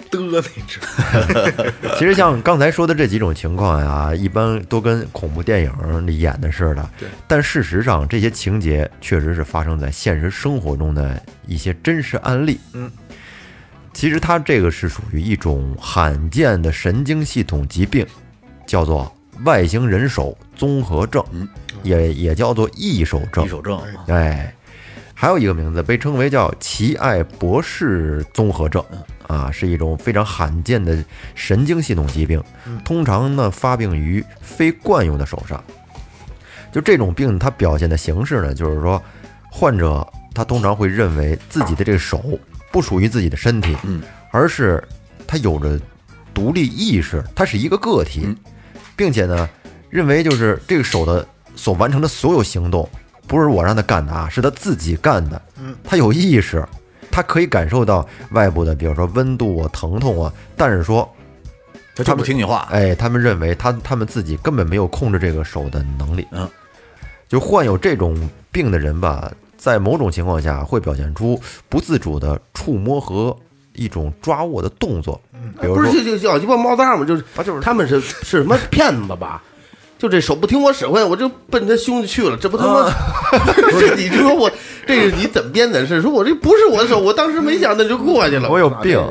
Speaker 3: 的那只，
Speaker 1: 其实像刚才说的这几种情况呀，一般都跟恐怖电影里演的似的。
Speaker 3: 对，
Speaker 1: 但事实上这些情节确实是发生在现实生活中的一些真实案例。
Speaker 3: 嗯，
Speaker 1: 其实它这个是属于一种罕见的神经系统疾病，叫做外星人手综合症，也也叫做异手症
Speaker 5: 一。手症啊，
Speaker 1: 哎，还有一个名字被称为叫奇艾博士综合症啊，是一种非常罕见的神经系统疾病，通常呢发病于非惯用的手上。就这种病，它表现的形式呢，就是说，患者他通常会认为自己的这个手不属于自己的身体，嗯，而是他有着独立意识，他是一个个体，并且呢，认为就是这个手的所完成的所有行动，不是我让他干的啊，是他自己干的。嗯，他有意识，他可以感受到外部的，比如说温度啊、疼痛啊，但是说，
Speaker 5: 他就不听你话，
Speaker 1: 哎，他们认为他他们自己根本没有控制这个手的能力。
Speaker 5: 嗯，
Speaker 1: 就患有这种病的人吧，在某种情况下会表现出不自主的触摸和一种抓握的动作。嗯，比如
Speaker 4: 啊不
Speaker 1: 说
Speaker 4: 是就就叫鸡巴猫蛋儿吗？就是
Speaker 1: 啊
Speaker 4: 他们是是什么骗子吧？就这手不听我使唤，我就奔他胸去了，这不他
Speaker 1: 啊
Speaker 4: 妈这你说我这是你怎么编的？是说我这不是我的手，我当时没想那就过去了。
Speaker 1: 我有
Speaker 4: 操
Speaker 1: 病，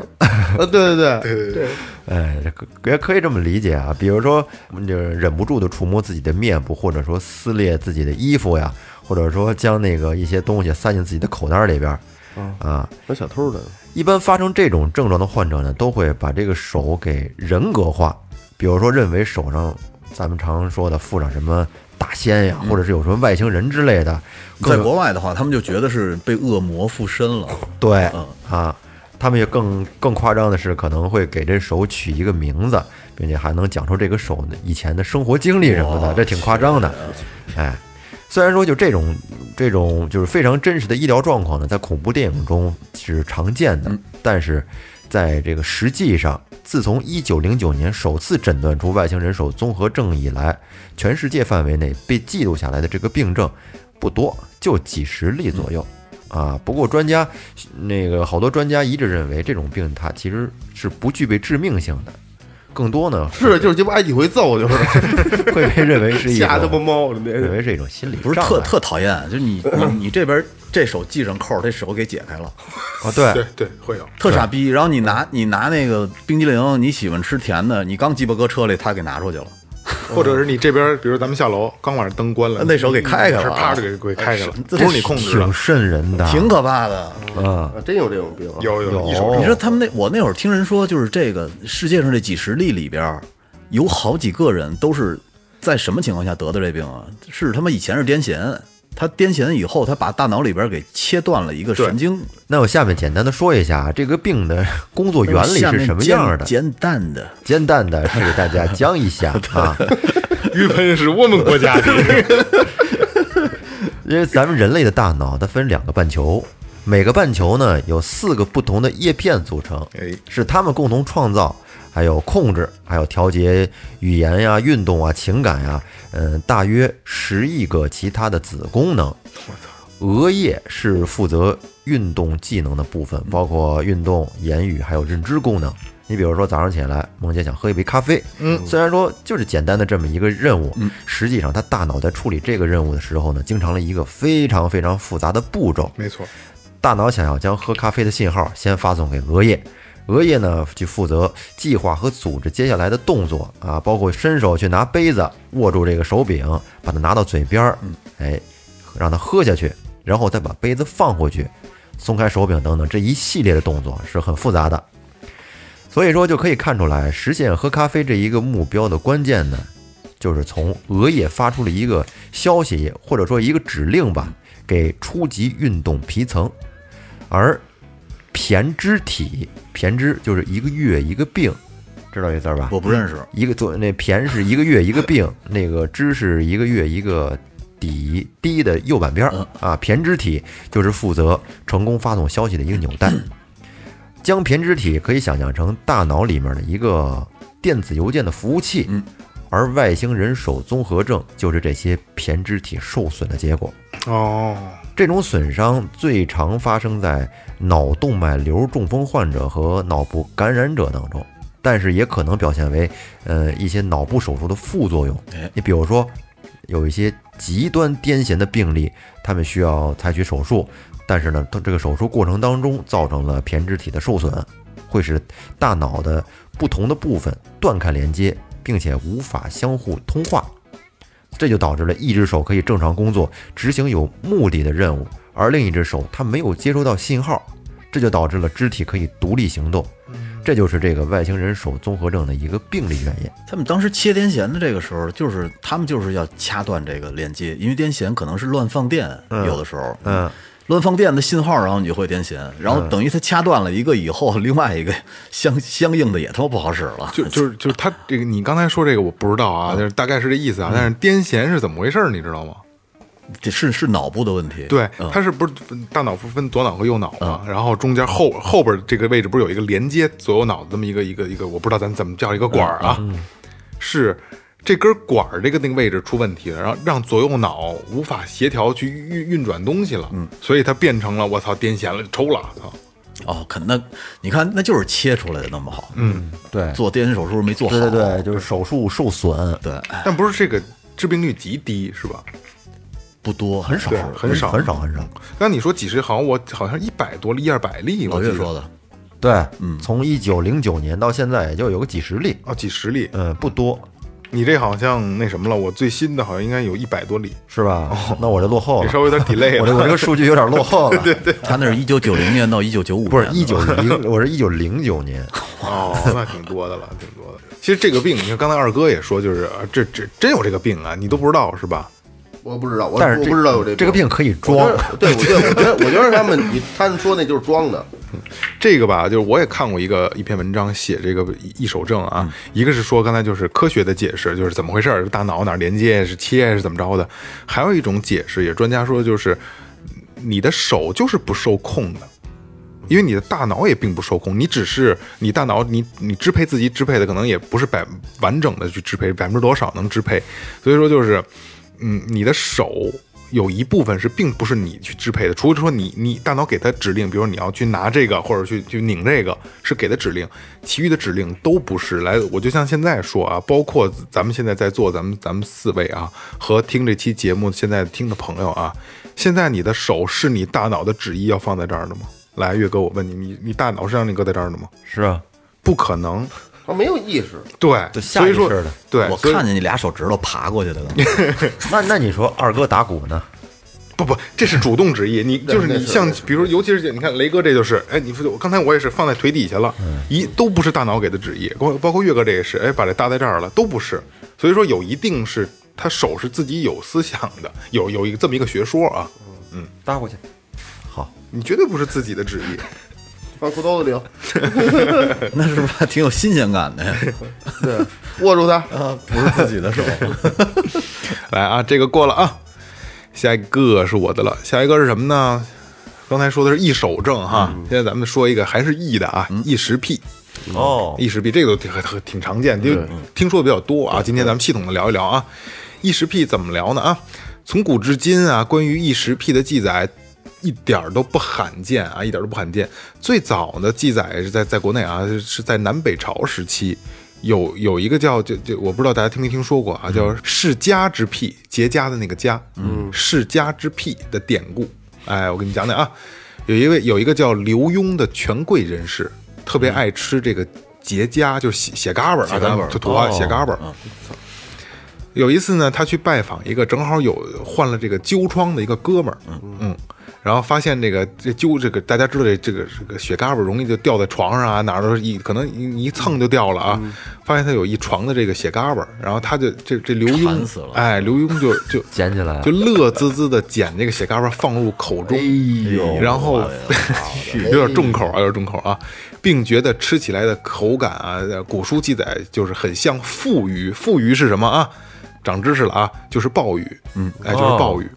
Speaker 4: 这啊！对对对，
Speaker 1: 哎，这可也可以这么理解啊。比如说，就是忍不住的触摸自己的面部，或者说撕裂自己的衣服呀，或者说将那个一些东西塞进自己的口袋里边儿啊。
Speaker 4: 有小偷的，
Speaker 1: 一般发生这种症状的患者呢，都会把这个手给人格化，比如说认为手上咱们常说的附上什么大仙呀，或者是有什么外星人之类的，更
Speaker 5: 在
Speaker 1: 有
Speaker 5: 国外的话，他们就觉得是被恶魔附身了，
Speaker 1: 对
Speaker 5: 嗯
Speaker 1: 啊，他们也更更夸张的是，可能会给这手取一个名字，并且还能讲出这个手以前的生活经历什么的，
Speaker 5: 哇
Speaker 1: 这挺夸张的。哎，虽然说就这种这种就是非常真实的医疗状况呢，在恐怖电影中是常见
Speaker 5: 嗯
Speaker 1: 的，但是在这个实际上，自从一九零九年首次诊断出外星人手综合症以来，全世界范围内被记录下来的这个病症不多，就几十例左右。
Speaker 5: 嗯
Speaker 1: 啊，不过专家那个好多专家一致认为，这种病它其实是不具备致命性的，更多呢
Speaker 4: 是就是鸡巴挨几回揍就是
Speaker 1: 会被认为 是一
Speaker 4: 吓他妈
Speaker 1: 种
Speaker 4: 猫了，
Speaker 1: 认
Speaker 4: 那
Speaker 1: 为是一种心理
Speaker 5: 不是
Speaker 1: 障
Speaker 5: 特
Speaker 1: 碍
Speaker 5: 特讨厌，就你你 你这边这手系上扣，这手给解开了，
Speaker 1: 啊，对
Speaker 3: 对对，会有，
Speaker 5: 特傻逼。然后你拿你拿那个冰激凌，你喜欢吃甜的，你刚鸡巴搁车里，他给拿出去了，
Speaker 3: 或者是你这边，比如咱们下楼，刚把灯关了，
Speaker 5: 那手给开开了
Speaker 3: 是
Speaker 5: 啊
Speaker 3: 啪就给给开开了，不
Speaker 5: 这
Speaker 3: 是你控制啊
Speaker 1: 挺
Speaker 3: 的，
Speaker 1: 瘆人的，
Speaker 5: 挺可怕的。
Speaker 1: 啊，
Speaker 4: 真有这种病啊，
Speaker 3: 有有一手
Speaker 1: 有
Speaker 5: 你说他们那我那会儿听人说，就是这个世界上这几十例里边儿，有好几个人都是在什么情况下得的这病啊？是他妈以前是癫痫，他癫痫以后，他把大脑里边给切断了一个神经
Speaker 1: 那我下面简单的说一下啊这个病的工作原理是什么样的，
Speaker 5: 下面煎蛋的，
Speaker 1: 简单的是给大家讲一下 啊，
Speaker 3: 鱼喷是我们国家 的，
Speaker 1: 因为咱们人类的大脑它分两个半球，每个半球呢有四个不同的叶片组成，
Speaker 3: 哎，
Speaker 1: 是他们共同创造，还有控制，还有调节语言呀、运动啊、情感呀，嗯、大约十亿个其他的子功能。额叶是负责运动技能的部分，包括运动、言语还有认知功能。你比如说早上起来，梦姐想喝一杯咖啡，嗯，虽然说就是简单的这么一个任务，实际上他大脑在处理这个任务的时候呢，经常了一个非常非常复杂的步骤，
Speaker 3: 没错，
Speaker 1: 大脑想要将喝咖啡的信号先发送给额叶，额叶呢去负责计划和组织接下来的动作啊，包括伸手去拿杯子，握住这个手柄，把它拿到嘴边儿，哎，让它喝下去，然后再把杯子放回去，松开手柄等等，这一系列的动作是很复杂的。所以说，就可以看出来，实现喝咖啡这一个目标的关键呢，就是从额叶发出了一个消息或者说一个指令吧，给初级运动皮层，而胼胝体，胼胝就是一个月一个病，知道这字儿吧？
Speaker 5: 我不认识。
Speaker 1: 一个左那胼是一个月一个病，那个支是一个月一个底低的右半边儿啊，胼胝体就是负责成功发送消息的一个纽带。将胼胝体可以想象成大脑里面的一个电子邮件的服务器，
Speaker 5: 嗯
Speaker 1: 而外星人手综合症就是这些胼胝体受损的结果。
Speaker 3: 哦，
Speaker 1: 这种损伤最常发生在脑动脉瘤中风患者和脑部感染者当中，但是也可能表现为呃一些脑部手术的副作用
Speaker 5: 哎。
Speaker 1: 你比如说，有一些极端癫痫的病例，他们需要采取手术，但是呢，它这个手术过程当中造成了胼胝体的受损，会使大脑的不同的部分断开连接，并且无法相互通话。这就导致了一只手可以正常工作，执行有目的的任务，而另一只手它没有接收到信号，这就导致了肢体可以独立行动。这就是这个外星人手综合症的一个病理原因。
Speaker 5: 他们当时切癫痫的这个时候，就是他们就是要掐断这个链接，因为癫痫可能是乱放电，有的时候，
Speaker 1: 嗯，
Speaker 5: 乱放电的信号，然后你就会癫痫，然后等于它掐断了一个以后，另外一个相相应的也他妈不好使了，
Speaker 3: 就就是就是他这个，你刚才说这个我不知道啊，但是大概是这意思啊。但是癫痫是怎么回事儿，你知道吗？
Speaker 5: 这是是脑部的问题，
Speaker 3: 对，
Speaker 5: 嗯
Speaker 3: 它是不是大脑不分左脑和右脑嘛？
Speaker 1: 嗯
Speaker 3: 然后中间后后边这个位置不是有一个连接左右脑的这么一个一个一个，我不知道咱怎么叫一个管儿啊，
Speaker 1: 嗯
Speaker 3: 是这根管儿这个那个位置出问题了，然后让左右脑无法协调去运运转东西了，
Speaker 1: 嗯
Speaker 3: 所以它变成了我操癫痫了，抽了，啊操，
Speaker 5: 哦，肯那你看那就是切出来的那么好，嗯，
Speaker 1: 对
Speaker 5: 做癫痫手术没做好，
Speaker 1: 对对对，就是手术受损，
Speaker 5: 对哎
Speaker 3: 但不是这个致病率极低是吧？
Speaker 5: 不多，
Speaker 1: 很少
Speaker 3: 对，很少
Speaker 1: 很少，很少。
Speaker 3: 刚才你说几十行，我好像一百多例，一二百
Speaker 1: 哦
Speaker 3: 例，
Speaker 5: 老
Speaker 3: 我记
Speaker 5: 岳
Speaker 3: 得
Speaker 5: 说的，
Speaker 1: 对，从一九零九年到现在也就有个几十例，
Speaker 3: 哦，几十例，
Speaker 1: 呃，不多，
Speaker 3: 你这好像那什么了，我最新的好像应该有一百多例，
Speaker 1: 是吧？那我这落后
Speaker 3: 你
Speaker 1: 了，
Speaker 3: 稍 微有点 delay 了。
Speaker 1: 我这我这个数据有点落后了。对对，
Speaker 5: 他那是一九九零年到一九九五，
Speaker 1: 不是一九零，我是一九零九年。
Speaker 3: 哦，那挺多的了，挺多的。其实这个病，你看刚才二哥也说，就是啊这这真有这个病啊，你都不知道是吧？
Speaker 4: 我不知道，我
Speaker 1: 但是
Speaker 4: 我
Speaker 1: 这
Speaker 4: 不知道有这
Speaker 1: 这个病可以装
Speaker 4: 我觉，得对， 我对，我觉得我觉得他们你他们说那就是装的，
Speaker 3: 这个吧，就是我也看过一个一篇文章写这个易手症啊，一个是说刚才就是科学的解释，就是怎么回事儿，大脑哪儿连接是切是怎么着的，还有一种解释，也专家说就是你的手就是不受控的。因为你的大脑也并不受控，你只是你大脑你你支配自己支配的可能也不是百完整的去支配，百分之多少能支配，所以说就是，嗯，你的手有一部分是并不是你去支配的，除非说你你大脑给它指令，比如说你要去拿这个或者去去拧这个是给的指令，其余的指令都不是来，我就像现在说啊，包括咱们现在在座咱们咱们四位啊和听这期节目现在听的朋友啊，现在你的手是你大脑的旨意要放在这儿的吗？来，岳哥，我问你，你你大脑是让你搁在这儿的吗？
Speaker 1: 是啊，
Speaker 3: 不可能，
Speaker 4: 他没有意识。
Speaker 3: 对，
Speaker 1: 对
Speaker 3: 所以说
Speaker 1: 下意识的，
Speaker 3: 对，
Speaker 5: 我
Speaker 3: 所以
Speaker 5: 看见你俩手指头爬过去的，刚才
Speaker 1: 那那你说二哥打鼓呢？
Speaker 3: 不不，这是主动旨意，你就是
Speaker 4: 那
Speaker 3: 你
Speaker 4: 是
Speaker 3: 像
Speaker 4: 那是，
Speaker 3: 比如尤其是你看雷哥，这就是，哎，你我刚才我也是放在腿底下了，
Speaker 4: 嗯
Speaker 3: 一都不是大脑给的旨意，包包括岳哥这也是，哎，把这搭在这儿了，都不是，所以说有一定是他手是自己有思想的，有有一个这么一个学说啊，
Speaker 1: 搭过去。好，
Speaker 3: 你绝对不是自己的旨意，
Speaker 4: 放裤兜子里，
Speaker 5: 那是不是还挺有新鲜感的呀？
Speaker 4: 握住它。
Speaker 5: 啊，不是自己的手，
Speaker 3: 来啊，这个过了啊，下一个是我的了，下一个是什么呢？刚才说的是易手症哈，现在咱们说一个还是易的啊，易食癖。
Speaker 1: 哦，
Speaker 3: 异食癖这个都挺挺挺常见，就听说的比较多啊。今天咱们系统的聊一聊啊，异食癖怎么聊呢啊？从古至今啊，关于异食癖的记载一点儿都不罕见啊，一点儿都不罕见。最早的记载是在在国内啊，是在南北朝时期。有有一个叫就就我不知道大家听没听说过啊，叫世家之癖，结痂的那个痂，嗯，世家之癖的典故。哎，我跟你讲讲啊，有一位有一个叫刘墉的权贵人士，特别爱吃这个结痂，就是血血嗯嘎巴儿啊，咱们土土话血嘎巴儿。有一次呢，他去拜访一个正好有患了这个灸疮的一个哥们儿，嗯，然后发现这个这灸这个大家知道这这个这个血嘎巴容易就掉在床上啊，哪儿都是一可能一一蹭就掉了啊，
Speaker 5: 嗯
Speaker 3: 发现他有一床的这个血嘎巴，然后他就这这刘墉
Speaker 5: 馋死了
Speaker 3: 哎，刘墉就就
Speaker 1: 捡起来
Speaker 3: 就哎乐滋滋的捡这个血嘎巴放入口中，
Speaker 5: 哎
Speaker 1: 哎
Speaker 3: 然后 有点重口啊，有点重口啊，并觉得吃起来的口感啊，呃古书记载就是很像
Speaker 5: 哦
Speaker 3: 腹鱼，腹鱼是什么啊？长知识了啊，就是鲍鱼，嗯，哎，就是鲍鱼。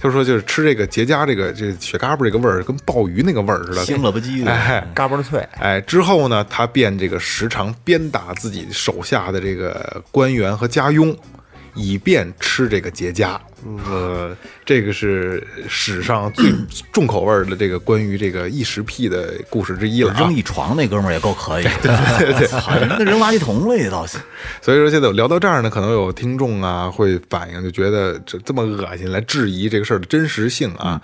Speaker 3: 他说就是吃这个结痂这个这血嘎巴这个味儿，跟鲍鱼那个味儿似的，
Speaker 5: 腥了吧唧的
Speaker 3: 哎，
Speaker 1: 嘎嘣脆，
Speaker 3: 哎，之后呢，他便这个时常鞭打自己手下的这个官员和家佣，以便吃这个结痂。呃，这个是史上最重口味儿的这个关于这个异食癖的故事之一了、啊。
Speaker 5: 扔一床那哥们儿也够可以的， 操那扔垃圾桶里倒行。
Speaker 3: 所以说现在我聊到这儿呢，可能有听众啊会反映，就觉得这这么恶心，来质疑这个事儿的真实性啊。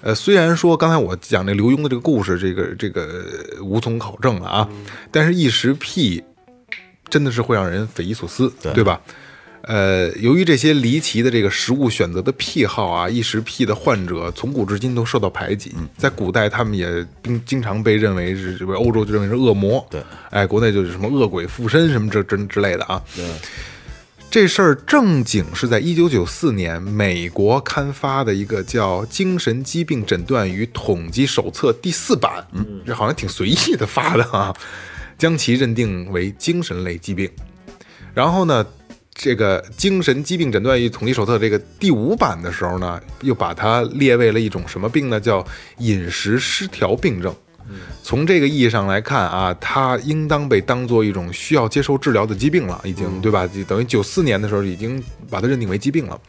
Speaker 3: 呃，虽然说刚才我讲这刘墉的这个故事，这个这个呃无从考证了啊，但是一时屁真的是会让人匪夷所思，对吧？呃，由于这些离奇的这个食物选择的癖好啊，异食癖的患者从古至今都受到排挤。在古代，他们也经经常被认为是，被欧洲就认为是恶魔。
Speaker 5: 对，
Speaker 3: 哎，国内就是什么恶鬼附身什么这这之类的啊。对，这事儿正经是在一九九四年美国刊发的一个叫《精神疾病诊断与统计手册》第四版，嗯，这好像挺随意的发的啊，将其认定为精神类疾病。然后呢，这个《精神疾病诊断与统计手册》这个第五版的时候呢，又把它列为了一种什么病呢？叫饮食失调病症。从这个意义上来看啊，它应当被当做一种需要接受治疗的疾病了，已经、
Speaker 1: 嗯
Speaker 3: 对吧？就等于九四年的时候已经把它认定为疾病了。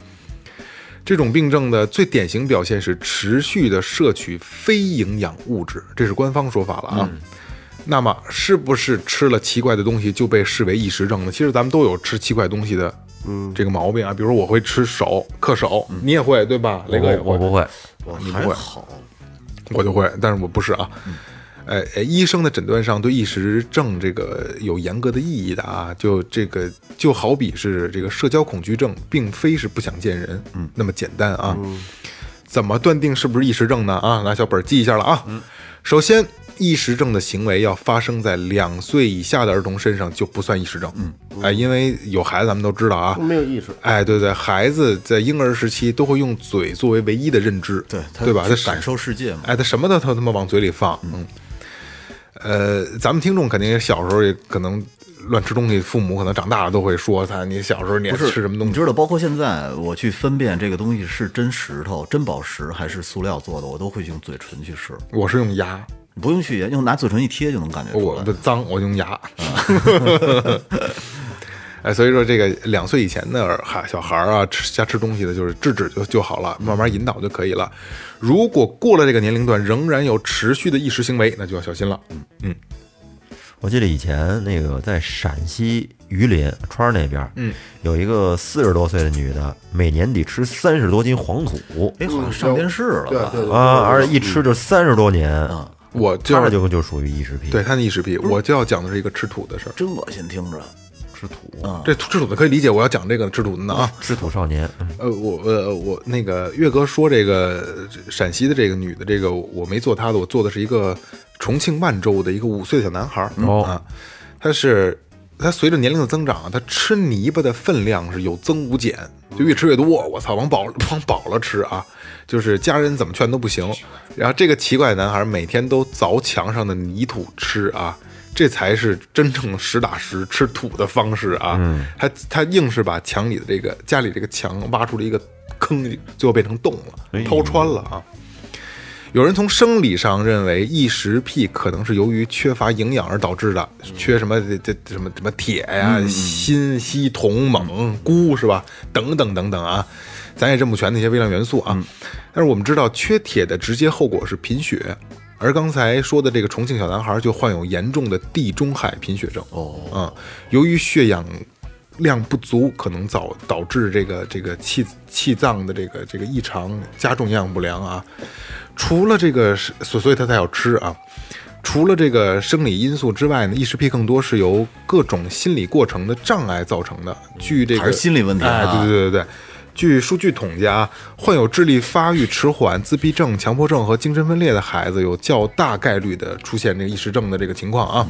Speaker 3: 这种病症的最典型表现是持续的摄取非营养物质，这是官方说法了啊。
Speaker 1: 嗯
Speaker 3: 那么是不是吃了奇怪的东西就被视为异食症呢？其实咱们都有吃奇怪东西的，嗯，这个毛病啊。比如说我会吃手恪手，你也会对吧？雷哥也
Speaker 1: 嗯我我，
Speaker 3: 会
Speaker 1: 不会，
Speaker 5: 我
Speaker 3: 你不
Speaker 5: 还
Speaker 3: 会
Speaker 5: 好，
Speaker 3: 我就会，但是我不是啊。呃，呃医生的诊断上对异食症这个有严格的意义的啊，就这个就好比是这个社交恐惧症，并非是不想见人，嗯，那么简单啊。
Speaker 5: 嗯
Speaker 3: 怎么断定是不是异食症呢？啊，拿小本儿记一下了啊。
Speaker 5: 嗯
Speaker 3: 首先，异食症的行为要发生在两岁以下的儿童身上就不算异食症。嗯，哎，因为有孩子，咱们都知道啊，
Speaker 5: 嗯
Speaker 4: 没有意识。
Speaker 3: 哎，对对，孩子在婴儿时期都会用嘴作为唯一的认知，
Speaker 5: 对他
Speaker 3: 对吧？
Speaker 5: 去
Speaker 3: 他
Speaker 5: 感受世界嘛，
Speaker 3: 哎，他什么都他他妈往嘴里放，嗯，呃，咱们听众肯定也小时候也可能乱吃东西，父母可能长大了都会说他，你小时候你爱
Speaker 5: 不是
Speaker 3: 哎吃什么东
Speaker 5: 你
Speaker 3: 西？
Speaker 5: 知道，包括现在我去分辨这个东西是真石头、真宝石还是塑料做的，我都会用嘴唇去试，
Speaker 3: 我是用牙，
Speaker 5: 不用去研究，拿嘴唇一贴就能感觉出
Speaker 3: 我
Speaker 5: 来。
Speaker 3: 的脏，我用
Speaker 5: 啊
Speaker 3: 牙。 哎，所以说这个两岁以前的儿孩小孩儿啊，吃瞎吃东西的，就是制止就就好了，慢慢引导就可以了。如果过了这个年龄段，仍然有持续的意识行为，那就要小心了。
Speaker 5: 嗯
Speaker 1: 我记得以前那个在陕西榆林川儿那边，嗯，有一个四十多岁的女的，每年得吃三十多斤黄土
Speaker 5: 哎，好像上电视
Speaker 3: 嗯
Speaker 5: 了吧？
Speaker 4: 对
Speaker 1: 啊，而一吃就三十多年，
Speaker 3: 我就
Speaker 1: 她
Speaker 3: 要
Speaker 1: 就就属于异食癖，
Speaker 3: 对，他的意识癖，我就要讲的是一个吃土的事儿。
Speaker 5: 真恶心，听着。
Speaker 1: 吃土，
Speaker 3: 这吃土的可以理解，我要讲这个吃土的呢啊。
Speaker 1: 吃土少年，嗯
Speaker 3: 呃，我呃我那个岳哥说这个这陕西的这个女的，这个我没做她的，我做的是一个重庆万州的一个五岁的小男孩儿、
Speaker 1: 哦
Speaker 3: 啊，他是他随着年龄的增长，他吃泥巴的分量是有增无减，就越吃越多，我操，往饱往饱了吃啊，就是家人怎么劝都不行。然后这个奇怪男孩每天都凿墙上的泥土吃啊。这才是真正实打实吃土的方式啊！他他硬是把墙里的这个家里这个墙挖出了一个坑，最后变成洞了，掏穿了啊！有人从生理上认为异食癖可能是由于缺乏营养而导致的，缺什么这这这什么什么铁呀、锌、硒、铜、锰、钴是吧？等等等等啊，咱也认不全那些微量元素啊。但是我们知道，缺铁的直接后果是贫血，而刚才说的这个重庆小男孩就患有严重的地中海贫血症。哦，啊，由于血氧。量不足可能导导致这个这个气气脏的这个这个异常加重营养不良啊，除了这个是，所所以他才要吃啊。除了这个生理因素之外呢，异食癖更多是由各种心理过程的障碍造成的。据这个
Speaker 5: 还是心理问题啊
Speaker 3: 哎，对对对对对。据数据统计啊，患有智力发育迟缓、自闭症、强迫症和精神分裂的孩子，有较大概率的出现这个异食症的这个情况啊。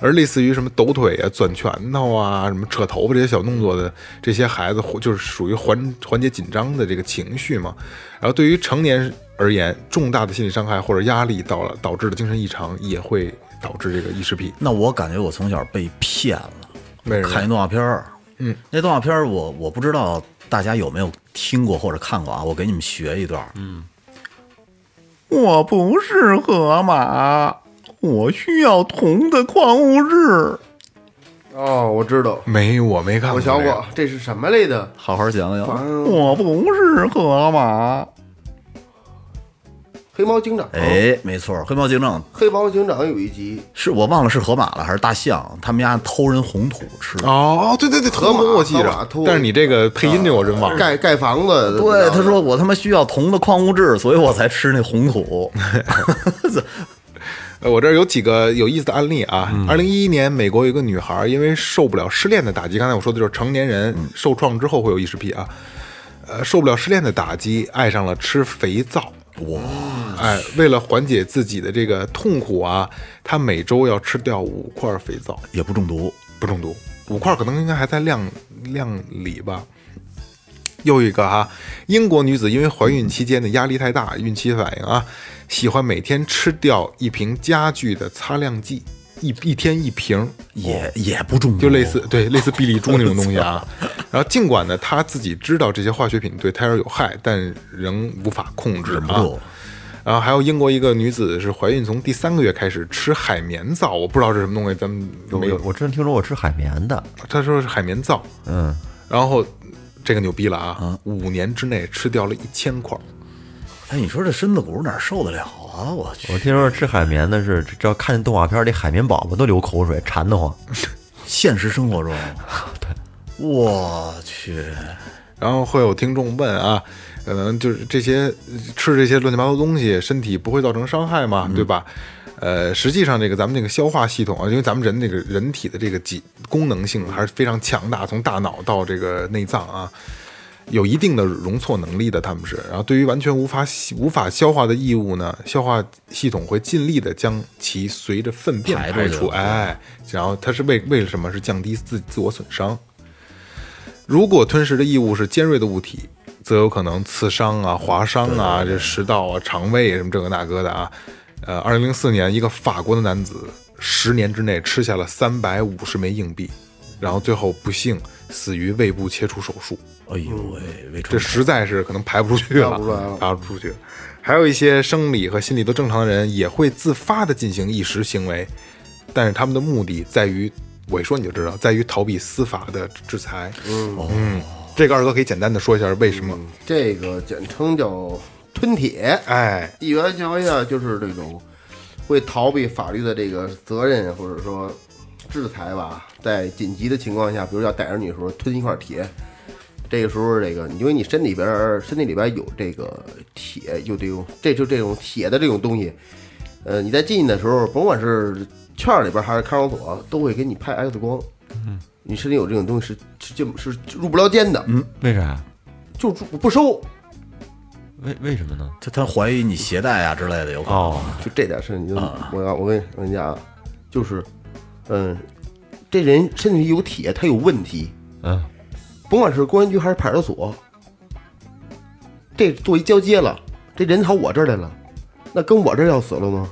Speaker 3: 而类似于什么抖腿啊、攥拳头啊、什么扯头发这些小动作的这些孩子，就是属于缓缓解紧张的这个情绪嘛。然后对于成年而言，重大的心理伤害或者压力到了导致的精神异常，也会导致这个异食癖。
Speaker 5: 那我感觉我从小被骗了。
Speaker 3: 为什
Speaker 5: 看
Speaker 3: 么？
Speaker 5: 一动画片儿，嗯，那动画片儿我我不知道大家有没有听过或者看过啊？我给你们学一段。嗯，我不是河马，我需要铜的矿物质。
Speaker 4: 哦，我知道，
Speaker 3: 没，我没看过
Speaker 4: 我
Speaker 3: 这个。
Speaker 4: 想过这是什么来的？
Speaker 5: 好好想想，
Speaker 4: 正
Speaker 5: 我不是河马。
Speaker 4: 黑猫警长，
Speaker 5: 哎，没错，黑猫警长
Speaker 4: 黑猫警长有一集，
Speaker 5: 是我忘了是河马了还是大象，他们家偷人红土吃。
Speaker 3: 哦，对对对，
Speaker 4: 河
Speaker 3: 头
Speaker 4: 马
Speaker 3: 蒙我记
Speaker 4: 河马
Speaker 3: 着
Speaker 4: 兔，
Speaker 3: 但是你这个配音这我真忘了。
Speaker 4: 盖盖房子的，
Speaker 5: 对，他
Speaker 4: 说。
Speaker 5: 说我他妈需要铜的矿物质，所以我才吃那红 土。
Speaker 3: 呃，我这儿有几个有意思的案例啊。二零一一年，美国有一个女孩儿因为受不了失恋的打击，刚才我说的就是成年人受创之后会有异食癖啊，呃，受不了失恋的打击，爱上了吃肥皂。哇！哎，为了缓解自己的这个痛苦啊，她每周要吃掉五块肥皂，
Speaker 5: 也不中毒，
Speaker 3: 不中毒。五块可能应该还在量量里吧。又一个哈、英国女子因为怀孕期间的压力太大，孕期反应啊，喜欢每天吃掉一瓶家具的擦亮剂，一一天一瓶，
Speaker 5: 也也不中毒，
Speaker 3: 就类似对类似碧丽珠那种东西 啊。然后尽管呢，她自己知道这些化学品对胎儿有害，但仍无法控制
Speaker 5: 忍不
Speaker 3: 啊。
Speaker 5: 住。
Speaker 3: 然后还有英国一个女子是怀孕从第三个月开始吃海绵皂，我不知道这是什么东西，咱们
Speaker 1: 有
Speaker 3: 没有
Speaker 1: 有，我真听说过吃海绵的，
Speaker 3: 他说是海绵皂，
Speaker 1: 嗯，
Speaker 3: 然后这个牛逼了啊，五年之内吃掉了一千块儿，
Speaker 5: 哎，你说这身子骨哪受得了啊？我去，
Speaker 1: 我听说吃海绵的是，只要看见动画片里海绵宝宝都流口水，馋得慌。
Speaker 5: 现实 生活中，对，我去，
Speaker 3: 然后会有听众问啊，可能就是这些呃吃这些乱七八糟东西，身体不会造成伤害吗？对吧？呃，实际上这个咱们这个消化系统啊，因为咱们人这个人体的这个几功能性还是非常强大，从大脑到这个内脏啊，有一定的容错能力的，他们是。然后对于完全无法吸无法消化的异物呢，消化系统会尽力的将其随着粪便
Speaker 5: 排出
Speaker 3: 排
Speaker 5: 去
Speaker 3: 出，哎，然后它是为为了什么？是降低自自我损伤。如果吞食的异物是尖锐的物体，则有可能刺伤啊、划伤啊、这食道啊、肠胃什么这个那个的啊。呃，二零零四年，一个法国的男子十年之内吃下了三百五十枚硬币，然后最后不幸死于胃部切除手术。
Speaker 5: 哎呦喂，胃
Speaker 3: 嗯这
Speaker 5: 穿
Speaker 3: 实在是可能排不出去了，
Speaker 4: 排不出来了
Speaker 3: 排不出去。还有一些生理和心理都正常的人，也会自发的进行意识行为，但是他们的目的在于，我一说你就知道，在于逃避司法的制裁。嗯，这个二哥可以简单的说一下为什么？
Speaker 4: 这个简称叫吞铁。
Speaker 3: 哎，
Speaker 4: 一般情况下就是这种会逃避法律的这个责任或者说制裁吧，在紧急的情况下，比如要逮着你的时候吞一块铁，这个时候这个因为你身里边儿身体里边儿有这个铁，有这种这就这种铁的这种东西，呃，你在进去的时候，甭管是圈儿里边儿还是看守所，都会给你拍 X 光。你身体有这种东西是是进是入不了监的，
Speaker 1: 为啥？
Speaker 4: 就入不收，
Speaker 1: 为为什么呢？
Speaker 5: 他他怀疑你携带啊之类的，有可能。
Speaker 1: 哦，
Speaker 4: 就这点事儿，你就我要我跟我跟你讲啊，就是，嗯，这人身体有铁，他有问题，
Speaker 1: 嗯，
Speaker 4: 甭管是公安局还是派出所，这作为交接了，这人跑我这儿来了，那跟我这儿要死了吗？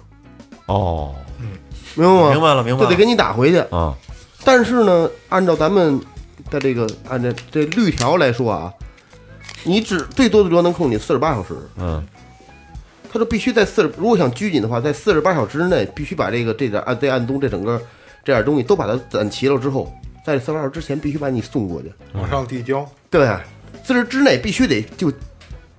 Speaker 1: 哦，
Speaker 4: 明白吗？
Speaker 1: 明白了明白了
Speaker 4: 就得给你打回去。
Speaker 1: 啊，
Speaker 4: 但是呢，按照咱们的这个按照这律条来说啊，你只最多最多能控你四十八小时。
Speaker 1: 嗯，
Speaker 4: 他就必须在四十，如果想拘谨的话，在四十八小时之内必须把这个这点暗这暗中这整个这点东西都把它攒齐了之后，在四十八小时之前必须把你送过去，
Speaker 5: 嗯
Speaker 3: 往上递交。
Speaker 4: 对，四十之内必须得就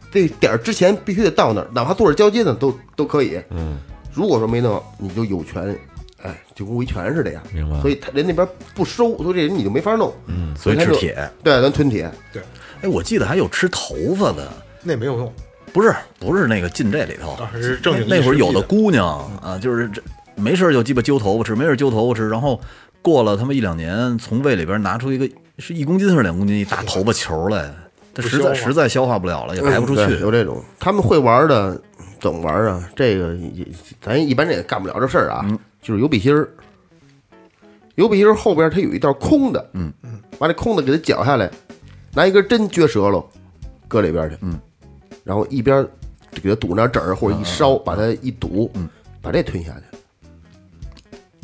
Speaker 4: 这点儿之前必须得到那儿，哪怕坐着交接呢都都可以。嗯，如果说没弄，你就有权，哎，就跟维权似的呀。
Speaker 1: 明白
Speaker 4: 所以他人那边不收，所以这人你就没法弄。嗯，
Speaker 5: 所以
Speaker 4: 他
Speaker 5: 吃
Speaker 4: 就
Speaker 5: 铁。
Speaker 4: 对，咱吞铁。
Speaker 3: 对，
Speaker 5: 哎，我记得还有吃头发的，
Speaker 3: 那没有用，
Speaker 5: 不是不是那个进这里头，
Speaker 3: 啊是正经
Speaker 5: 那会儿有
Speaker 3: 的
Speaker 5: 的姑娘啊，就是这没事儿就鸡巴揪头发吃，没事儿揪头发吃，然后过了他妈一两年，从胃里边拿出一个是一公斤还是两公斤一大头发球来，他实
Speaker 3: 消
Speaker 5: 在
Speaker 3: 化嗯
Speaker 5: 实在消化不了了，也排不出
Speaker 4: 哎对有
Speaker 5: 去。
Speaker 4: 这种，他们会玩的怎么玩啊？这个也咱一般人也干不了这事儿啊，就是有笔芯儿，有笔芯儿后边它有一道空的，嗯嗯，把这空的给它绞下来，拿一根针撅折了，搁里边去，嗯，然后一边给它堵那纸儿或者一烧，把它一堵，嗯，把这吞下去。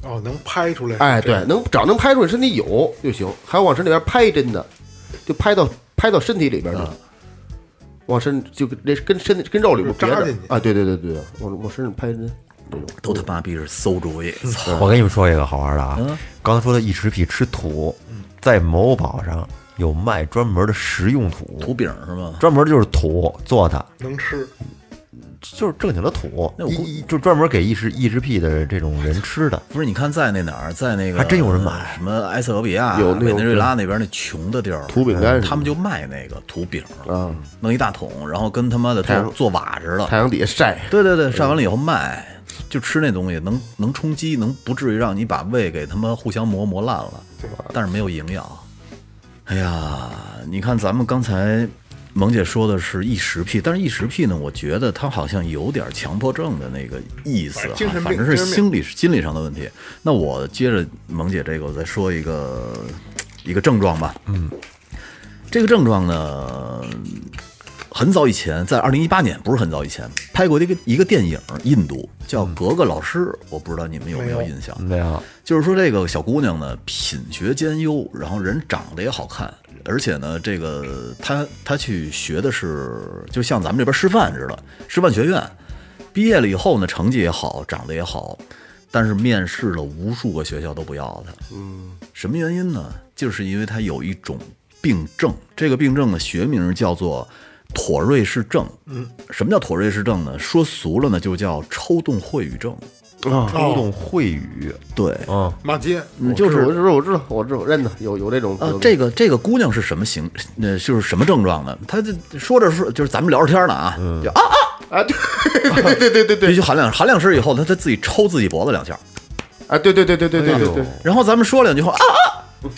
Speaker 3: 哦，能拍出来。
Speaker 4: 哎，对，能只要能拍出来身体有就行，还有往身里边拍针的，就拍到。拍到身体里边去了，往身就跟那跟身体跟肉里边
Speaker 3: 扎
Speaker 4: 别着
Speaker 3: 进去
Speaker 4: 啊，对对对对，往往身上拍针那种。
Speaker 5: 都他妈逼是馊主 意，操！
Speaker 1: 我跟你们说一个好玩的啊，
Speaker 5: 嗯
Speaker 1: 刚才说的一尺匹吃土，在某宝上有卖专门的食用
Speaker 5: 土
Speaker 1: 土，
Speaker 5: 饼是吗？
Speaker 1: 专门就是土做的，
Speaker 3: 能吃，
Speaker 1: 就是正经的土
Speaker 5: 那，我估
Speaker 1: 一一就专门给一只一只屁的这种人吃的。
Speaker 5: 不是，你看在那哪儿，在那个
Speaker 1: 还真有人买
Speaker 5: 什么埃塞俄比亚、
Speaker 4: 有那种
Speaker 5: 委内瑞拉那边那穷的地儿，嗯
Speaker 4: 土饼干是吧
Speaker 5: 他们就卖那个土饼，嗯，弄一大桶，然后跟他妈的
Speaker 4: 太
Speaker 5: 做
Speaker 4: 阳
Speaker 5: 做瓦似的，
Speaker 4: 太阳底下晒，
Speaker 5: 对对对，晒完了以后卖，就吃那东西能能充饥，能不至于让你把胃给他妈互相磨磨烂了，但是没有营养。哎呀，你看咱们刚才萌姐说的是异食癖，但是异食癖呢，我觉得它好像有点强迫症的那个意思
Speaker 3: 哎精神
Speaker 5: 哈，
Speaker 3: 病
Speaker 5: 反正是
Speaker 3: 精神病
Speaker 5: 心理心理上的问题。那我接着萌姐这个，我再说一个一个症状吧。嗯，这个症状呢，很早以前，在二零一八年，不是很早以前，拍过一个一个电影，印度叫《格格老师》，我不知道你们有没有印象？
Speaker 1: 没有，
Speaker 5: 就是说这个小姑娘呢，品学兼优，然后人长得也好看，而且呢，这个她她去学的是就像咱们这边师范似的，师范学院毕业了以后呢，成绩也好，长得也好，但是面试了无数个学校都不要她。嗯，什么原因呢？就是因为她有一种病症，这个病症的学名叫做。妥瑞氏症，嗯，什么叫妥瑞氏症呢？说俗了呢，就叫抽动秽语症。哦
Speaker 1: 抽动秽语，
Speaker 5: 对，
Speaker 1: 嗯，
Speaker 3: 骂街，
Speaker 5: 嗯就是
Speaker 4: 我知道我知道我知道我认得有有这种
Speaker 5: 呃，这个这个姑娘是什么形？呃，就是什么症状呢？她就说着说，就是咱们聊着天呢啊，就啊
Speaker 4: 啊，对对对对对对
Speaker 5: 必须喊两喊两声以后，她她自己抽自己脖子两下，
Speaker 4: 啊，对对对对对对对对，
Speaker 5: 然后咱们说两句话啊啊，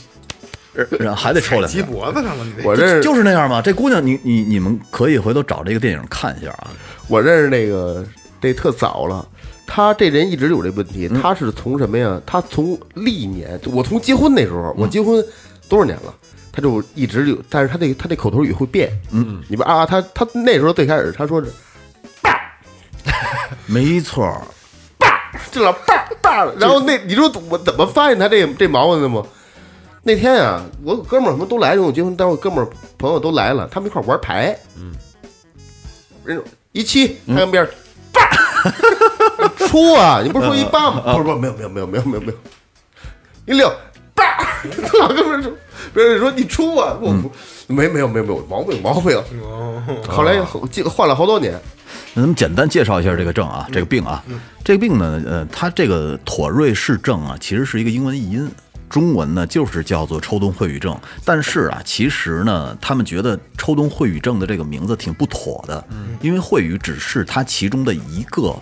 Speaker 5: 然后还得抽两
Speaker 3: 鸡
Speaker 5: 下，
Speaker 3: 脖子上了，你这
Speaker 4: 我认识
Speaker 5: 就是那样嘛。这姑娘，你你你们可以回头找这个电影看一下啊。
Speaker 4: 我认识那个这特早了，他这人一直有这问题，他是从什么呀？他从历年，我从结婚那时候，我结婚多少年了？他就一直有，但是他这他这口头语会变，嗯，你们啊，他他那时候最开始他说是
Speaker 5: 没错儿，
Speaker 4: 这老爸爸，然后那你说我怎么发现他这这毛病的吗？那天啊，我哥们儿什么都来了，我结婚单位哥们儿朋友都来了，他们一块儿玩牌，嗯，人一七他
Speaker 5: 嗯
Speaker 4: 跟边儿 爸出啊，你不是说一八
Speaker 5: 嗯
Speaker 4: 吗？不是不是没有没有没有没有没有没有，一六爸，他 老跟别人说，别人说你出啊，
Speaker 5: 嗯
Speaker 4: 我不没没有没有没有毛病毛病，后来
Speaker 5: 啊
Speaker 4: 我记换了好多年，
Speaker 5: 那咱们简单介绍一下这个症啊，这个病啊，这个病呢，呃，它这个妥瑞氏症啊，其实是一个英文译音，中文呢就是叫做抽动秽语症。但是啊，其实呢，他们觉得抽动秽语症的这个名字挺不妥的，因为秽语只是它其中的一个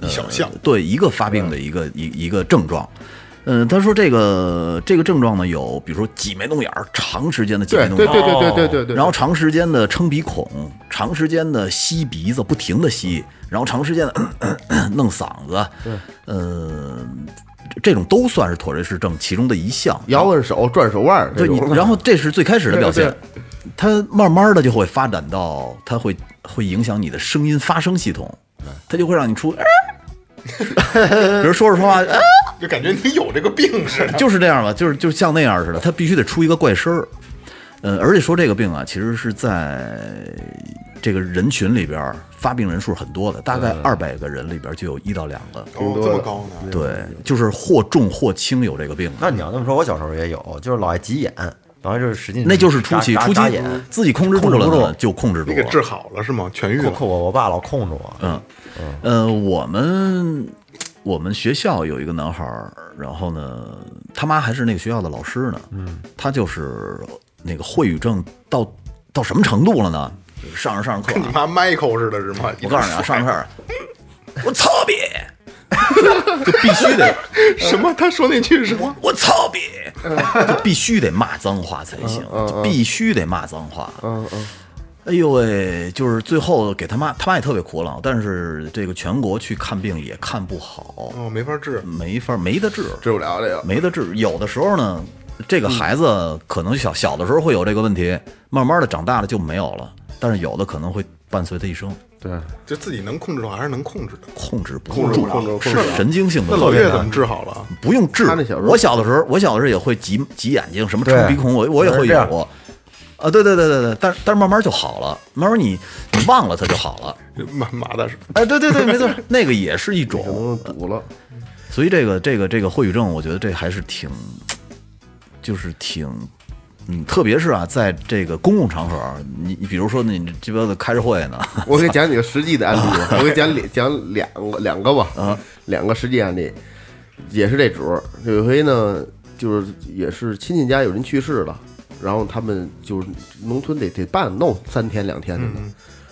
Speaker 3: 一小项
Speaker 5: 呃，对一个发病的一个一一个症状。嗯，他说这个这个症状呢，有比如说挤眉弄眼儿，长时间的挤
Speaker 4: 对
Speaker 5: 眉弄
Speaker 4: 对
Speaker 5: 眼
Speaker 4: 对
Speaker 5: 儿，
Speaker 4: 对对对对对，
Speaker 5: 哦然后长时间的撑鼻孔，长时间的吸鼻子，不停的吸，然后长时间的咳咳咳 弄嗓子，呃，这种都算是妥瑞氏症其中的一项。
Speaker 4: 摇晃手转手腕儿这
Speaker 5: 对
Speaker 4: 种，
Speaker 5: 你，然后这是最开始的表现
Speaker 4: 对，
Speaker 5: 它慢慢的就会发展到，它会会影响你的声音发声系统，它就会让你出， 呃比如说着说话， 呃
Speaker 3: 就感觉你有这个病似 的。
Speaker 5: 就是这样吧，就是就像那样似的，他必须得出一个怪声儿。呃，而且说这个病啊，其实是在这个人群里边儿发病人数很多的，大概二百个人里边儿就有一到两个。
Speaker 3: 哦，这么高呢？
Speaker 5: 对，就是或重或轻有这个病的。
Speaker 1: 那
Speaker 5: 啊
Speaker 1: 你要这么说，我小时候也有，就是老爱急眼，然后就是使劲，
Speaker 5: 那就是初期，
Speaker 1: 眨
Speaker 5: 初期
Speaker 1: 眨眼，
Speaker 5: 自己控制住
Speaker 1: 控制
Speaker 5: 了
Speaker 1: 不
Speaker 5: 呢，
Speaker 1: 住，
Speaker 5: 就控制住
Speaker 3: 你给
Speaker 5: 了。
Speaker 3: 治好了是吗？痊愈
Speaker 1: 控
Speaker 3: 了？
Speaker 1: 控我，我爸老控制我，
Speaker 5: 嗯，呃，我们我们学校有一个男孩儿，然后呢，他妈还是那个学校的老师呢，嗯，他就是那个秽语症到到什么程度了呢？上着上着课
Speaker 3: 跟
Speaker 5: 啊、
Speaker 3: 你妈 Michael 似的，是吗？
Speaker 5: 我告诉你啊，上着课儿，我操逼， 就必须得
Speaker 3: 什么？他说那句是吗？
Speaker 5: 我操逼，就必须得骂脏话才行，就必须得骂脏话。嗯嗯。哎呦喂，就是最后给他妈，他妈也特别苦恼，但是这个全国去看病也看不好，
Speaker 3: 哦，没法治。
Speaker 5: 没法没得治，
Speaker 4: 治不了这个。
Speaker 5: 没得治。有的时候呢，这个孩子可能小小的时候会有这个问题，慢慢的长大了就没有了，但是有的可能会伴随他一生，
Speaker 4: 对，
Speaker 3: 就自己能控制住还是能控制的。
Speaker 5: 控制不
Speaker 4: 控制
Speaker 5: 住，
Speaker 4: 不了控制不
Speaker 5: 是啊
Speaker 4: 了
Speaker 5: 神经性的
Speaker 3: 那
Speaker 5: 问题。
Speaker 3: 老岳怎么治好了？
Speaker 5: 不用治
Speaker 4: 他那小时。候
Speaker 5: 我小的时候，我小的时候也会挤挤眼睛，什么撑
Speaker 1: 对
Speaker 5: 鼻孔，我我也会
Speaker 1: 这样
Speaker 5: 有。啊，对对对对对，但是但是慢慢就好了，慢慢你你忘了它就好了。
Speaker 3: 马马大师，
Speaker 5: 哎，对对对，没错， 那个也是一种。
Speaker 4: 能堵了，
Speaker 5: 所以这个这个这个霍雨正，我觉得这还是挺，就是挺，嗯，特别是啊，在这个公共场合，你你比如说你这边开着会呢，
Speaker 4: 我给你讲几个实际的案例，我给你讲两讲两个两个吧，两个实际案例，也是这主儿。有一回呢，就是也是亲戚家有人去世了，然后他们就是农村得得办弄三天两天的呢，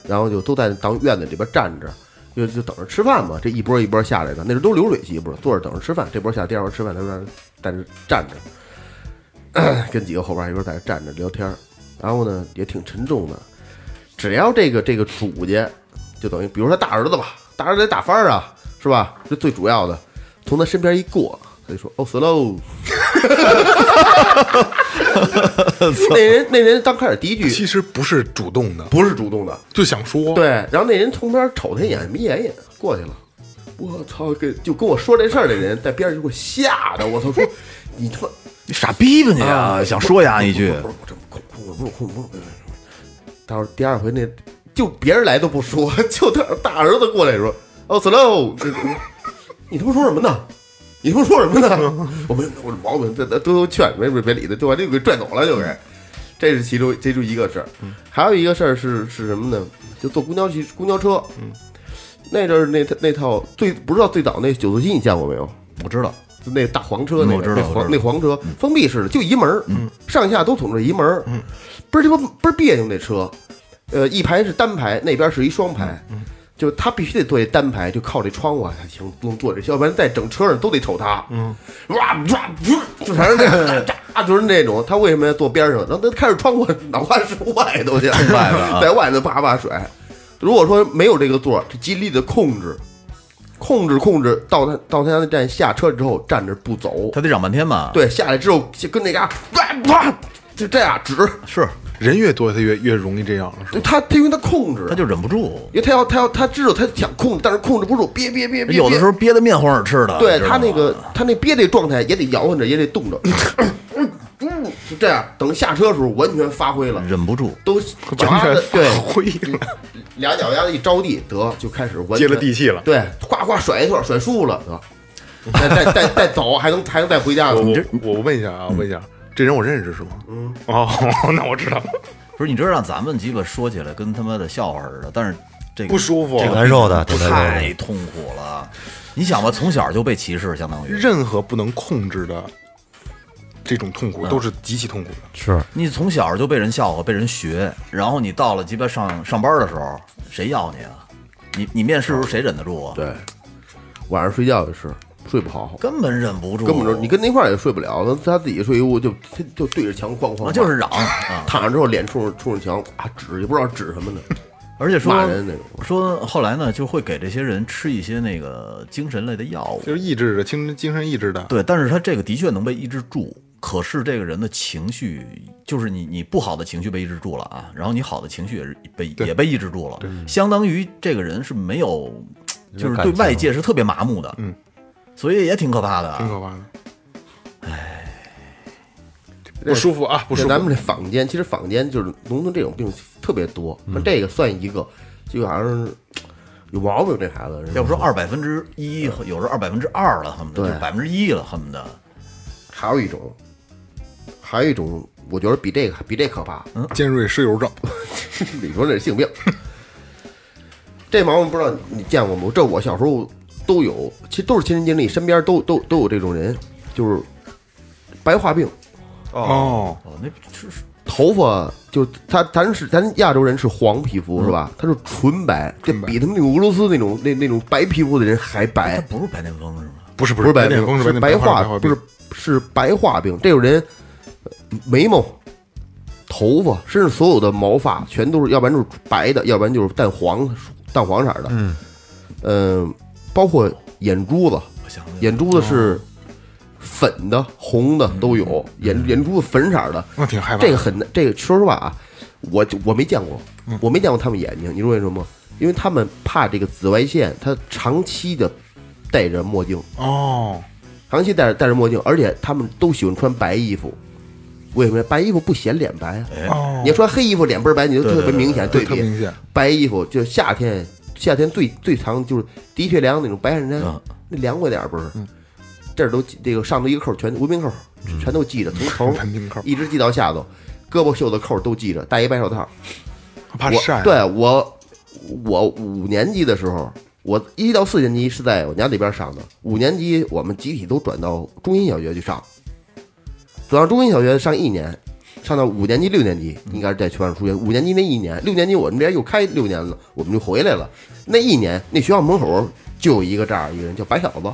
Speaker 4: 然后就都在当院子里边站着。就就等着吃饭嘛，这一波一波下来的，那时候都流水席不是，坐着等着吃饭，这波下第二波吃饭，他们在那站着， 跟几个伙伴一块儿在这站着聊天儿，然后呢也挺沉重的。只要这个这个主家，就等于比如说他大儿子吧，大儿子得打翻儿啊，是吧？这最主要的，从他身边一过，他就说哦 死喽。 那人那人刚开始第一句
Speaker 3: 其实不是主动的，
Speaker 4: 不是主动的，
Speaker 3: 就想说，
Speaker 4: 对，然后那人从边瞅他一眼，眯眼眼过去了。我操，跟就跟我说这事儿的人在边上就给我吓得，我操，说 你他妈
Speaker 5: 你傻逼吧你啊，想说呀一句，
Speaker 4: 不是我这空空不是空不是。到时候第二回那就别人来都不说， 就他大儿子过来说：“哦，死喽！”这你他妈说什么呢？你他妈说什么呢？ 我没有我有毛病，这这都都劝，没没别理他，就把这给拽走了，就给。这是其中这就一个事儿，还有一个事儿是是什么呢？就坐公交去公交车，那阵儿那那套最不知道最早那九四七你见过没有？
Speaker 5: 我知道，
Speaker 4: 就那大黄车那个，
Speaker 5: 嗯我知道
Speaker 4: 那
Speaker 5: 我知
Speaker 4: 黄
Speaker 5: 道
Speaker 4: 那黄车封闭式的，就一门儿，上下都捅着一门儿，倍儿鸡巴倍儿别扭那车，呃，一排是单排，那边是一双排，就他必须得坐这单排，就靠这窗户啊才行，不能坐这，要不然在整车上都得瞅他，嗯，哇哇，哇就全是那个哒哒，就是那种，他为什么要坐边上？然后他开着窗户，脑瓜是外头去，
Speaker 5: 外边啊
Speaker 4: 在外头啪啪甩。如果说没有这个座儿，这极力的控制，控制控制，到他到他家那站下车之后站着不走，
Speaker 5: 他得嚷半天吧？，
Speaker 4: 对，下来之后就跟那嘎、哇哇，就这样指，
Speaker 5: 是，
Speaker 3: 人越多他越越容易这样，是吧
Speaker 4: 就他他因为他控制，
Speaker 5: 他就忍不住，
Speaker 4: 因为他要他要他知道他想控制，但是控制不住，憋憋憋憋，
Speaker 5: 有的时
Speaker 4: 候
Speaker 5: 候憋得面红耳赤的。
Speaker 4: 对
Speaker 5: 你知
Speaker 4: 他
Speaker 5: 道吗
Speaker 4: 那个他那憋的状态也得摇晃着，也得动着，嗯，就这样，等下车的时候完全发挥了。
Speaker 5: 忍不住，
Speaker 4: 都脚丫
Speaker 3: 完
Speaker 4: 子
Speaker 3: 全
Speaker 4: 对
Speaker 3: 发挥了，
Speaker 4: 俩脚丫子一着地，得就开始完
Speaker 3: 接
Speaker 4: 全
Speaker 3: 了地气了
Speaker 4: 对，哗哗甩一通，甩舒服了，得，再再再再走，还能还能再回家呢。
Speaker 3: 我我我问一下啊，我问一下，这人我认识是吗？嗯，哦， 那我知道，
Speaker 5: 不是你知道让咱们鸡巴说起来跟他妈的笑话似的，但是这个
Speaker 3: 不舒服
Speaker 5: 这个
Speaker 1: 挺难受的
Speaker 5: 不
Speaker 1: 挺难受的
Speaker 5: 太痛苦了。你想吧，从小就被歧视，相当于
Speaker 3: 任何不能控制的这种痛苦都是极其痛苦的。
Speaker 1: 是
Speaker 5: 你从小就被人笑话，被人学，然后你到了鸡巴上上班的时候，谁要你啊？你你面试的时候谁忍得住啊？，
Speaker 4: 对，晚上睡觉也是睡不好，
Speaker 5: 根本忍不住，啊
Speaker 4: 根本就你跟他一块儿也睡不了，他他自己睡一屋就他就对着墙哐哐，
Speaker 5: 啊就是嚷 啊！
Speaker 4: 躺上之后脸冲着冲着墙啊指也不知道指什么呢，
Speaker 5: 而且说
Speaker 4: 骂人那种
Speaker 5: 说后来呢，就会给这些人吃一些那个精神类的药物，
Speaker 3: 就是抑制的，精精神抑制的，
Speaker 5: 对，但是他这个的确能被抑制住，可是这个人的情绪，就是你你不好的情绪被抑制住了啊，然后你好的情绪也是被也被抑制住了，相当于这个人是没有，就是对外界是特别麻木的，嗯，所以也挺可怕的
Speaker 3: 挺
Speaker 5: 啊。
Speaker 3: 可怕的。不舒服啊，不舒
Speaker 4: 就
Speaker 3: 服。
Speaker 4: 咱们这坊间，其实坊间就是农村这种病特别多，
Speaker 3: 嗯
Speaker 4: 那这个算一个，就好像是有毛病这孩子。
Speaker 5: 要不说二百分之一，有时候二百分之二了，恨不得
Speaker 4: 对
Speaker 5: 就百分之一了，恨不得。
Speaker 4: 还有一种，还有一种，我觉得比这个比这可怕。
Speaker 3: 尖锐湿疣症，
Speaker 4: 你说这是性病，这毛病不知道你见过吗？这我小时候都有，其实都是亲身经历，身边都都都有这种人，就是白化病，
Speaker 3: 哦，
Speaker 5: 哦，那是是
Speaker 4: 头发就他咱是咱亚洲人是黄皮肤是吧？他是纯白，这
Speaker 3: 嗯纯白
Speaker 4: 比他们那种俄罗斯那种那那种白皮肤的人还
Speaker 5: 他
Speaker 4: 白，
Speaker 5: 不是白癜风是吗？
Speaker 3: 不是
Speaker 4: 不
Speaker 3: 不是，
Speaker 4: 白
Speaker 3: 癜风
Speaker 4: 是
Speaker 3: 是
Speaker 4: 白
Speaker 3: 化
Speaker 4: 化，不是是白化病。这种人呃眉毛、头发，身上所有的毛发全都是，要不然就是白的，要不然就是淡黄淡黄色的。嗯，包括眼珠子，
Speaker 5: 我想想，
Speaker 4: 眼珠子是粉的、红的都有，眼眼珠子粉色的。
Speaker 3: 我挺害怕。
Speaker 4: 这个很难，这个说实话啊，我就我没见过，我没见过他们眼睛，你知道为什么吗？因为他们怕这个紫外线，他长期的戴着墨镜，
Speaker 3: 哦，
Speaker 4: 长期戴着戴着墨镜，而且他们都喜欢穿白衣服，为什么呀白衣服不显脸白啊？
Speaker 3: 哦
Speaker 4: 你要穿黑衣服脸倍儿白，你就
Speaker 5: 对
Speaker 4: 特别
Speaker 5: 对对
Speaker 4: 明显
Speaker 3: 对
Speaker 4: 比。
Speaker 3: 特明显
Speaker 4: 白衣服就夏天，夏天最最常就是的确凉那种白衬衫
Speaker 5: 嗯，
Speaker 4: 那凉快点儿不是？这儿都系这个上头一个扣儿全无名扣儿，全都系着，从头
Speaker 3: 文明扣儿
Speaker 4: 一直系到下头，胳膊袖子扣儿都系着，戴一白手套。
Speaker 3: 怕
Speaker 4: 我
Speaker 3: 晒，啊
Speaker 4: 对我，我五年级的时候，我一到四年级是在我家那边上的，五年级我们集体都转到中心小学去上，转到中心小学上一年，上到五年级、六年级
Speaker 3: 嗯
Speaker 4: 应该是在学校出现。五年级那一年，六年级我们这边又开六年了，我们就回来了。那一年，那学校门口就有一个这样一个人叫白小子，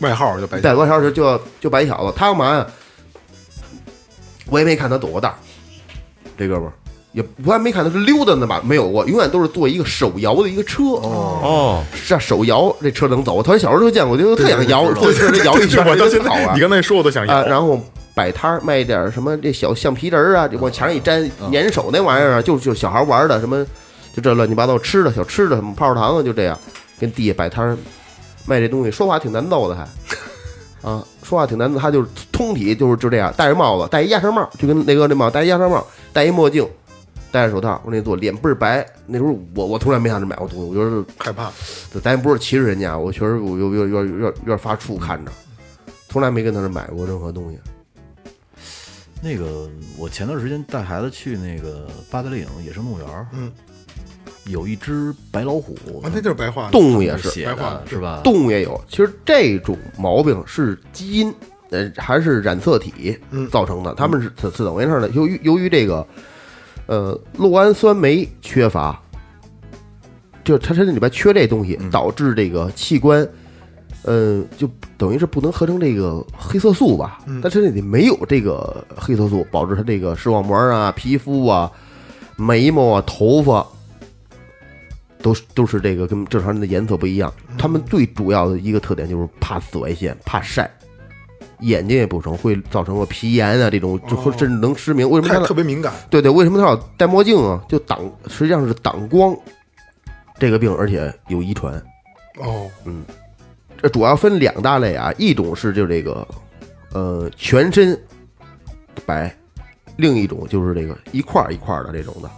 Speaker 3: 外号就白
Speaker 4: 在多少时就就白小子，他干嘛呀？我也没看他躲过袋儿，这哥们儿也我还没看他是溜达呢吧，没有过，永远都是坐一个手摇的一个车，哦，
Speaker 1: 哦，
Speaker 4: 是啊，手摇这车能走。我从小时候就见过，我就特想摇，坐车就摇 一圈，
Speaker 6: 我到
Speaker 4: 真
Speaker 6: 现
Speaker 4: 好
Speaker 6: 在，
Speaker 4: 玩
Speaker 6: 你刚才说我都
Speaker 3: 哎
Speaker 6: 想
Speaker 3: 呃
Speaker 4: 啊。
Speaker 6: 要。
Speaker 4: 然后摆摊儿卖点儿什么这小橡皮人儿啊，就往墙上一粘，粘手那玩意儿啊，就就小孩玩的什么，就这乱七八糟吃的小吃的什么泡泡糖啊，就这样跟地下摆摊儿卖这东西，说话挺难揍的还。啊，说话挺难的，他就是通体就是就这样，戴着帽子，戴一鸭舌帽，就跟那哥那帽，戴一鸭舌帽，戴一墨镜，戴着手套，往那坐，脸倍儿白。那时候我我从来没想着买过东西，我就是
Speaker 3: 害怕，
Speaker 4: 咱也不是歧视人家，我确实我有有有有有点发怵看着，从来没跟他那买过任何东西。
Speaker 5: 那个，我前段时间带孩子去那个八达岭野生动物园，嗯，有一只白老虎，
Speaker 3: 啊，那就是白话
Speaker 4: 动物也是，
Speaker 5: 写
Speaker 3: 白话
Speaker 5: 的是吧？
Speaker 4: 动物也有。其实这种毛病是基因，呃，还是染色体造成的。他们是是是怎么回事呢？由于由于这个，呃，酪氨酸酶缺乏，就是他身体里边缺这东西，导致这个器官。嗯，就等于是不能合成这个黑色素吧？
Speaker 3: 嗯
Speaker 4: 他身体里没有这个黑色素，导致他这个视网膜啊、皮肤啊、眉毛啊、头发都是都是这个跟正常人的颜色不一样。
Speaker 3: 嗯
Speaker 4: 他们最主要的一个特点就是怕紫外线、怕晒，眼睛也不成，会造成个皮炎啊这种，就会甚至能失明。为什么
Speaker 3: 哦太
Speaker 4: 他老
Speaker 3: 特别敏感，
Speaker 4: 对对，为什么他老戴墨镜啊？就挡，实际上是挡光这个病，而且有遗传。
Speaker 3: 哦，
Speaker 4: 这主要分两大类啊，一种是就这个，呃，全身白，另一种就是这个一块儿一块儿的这种的。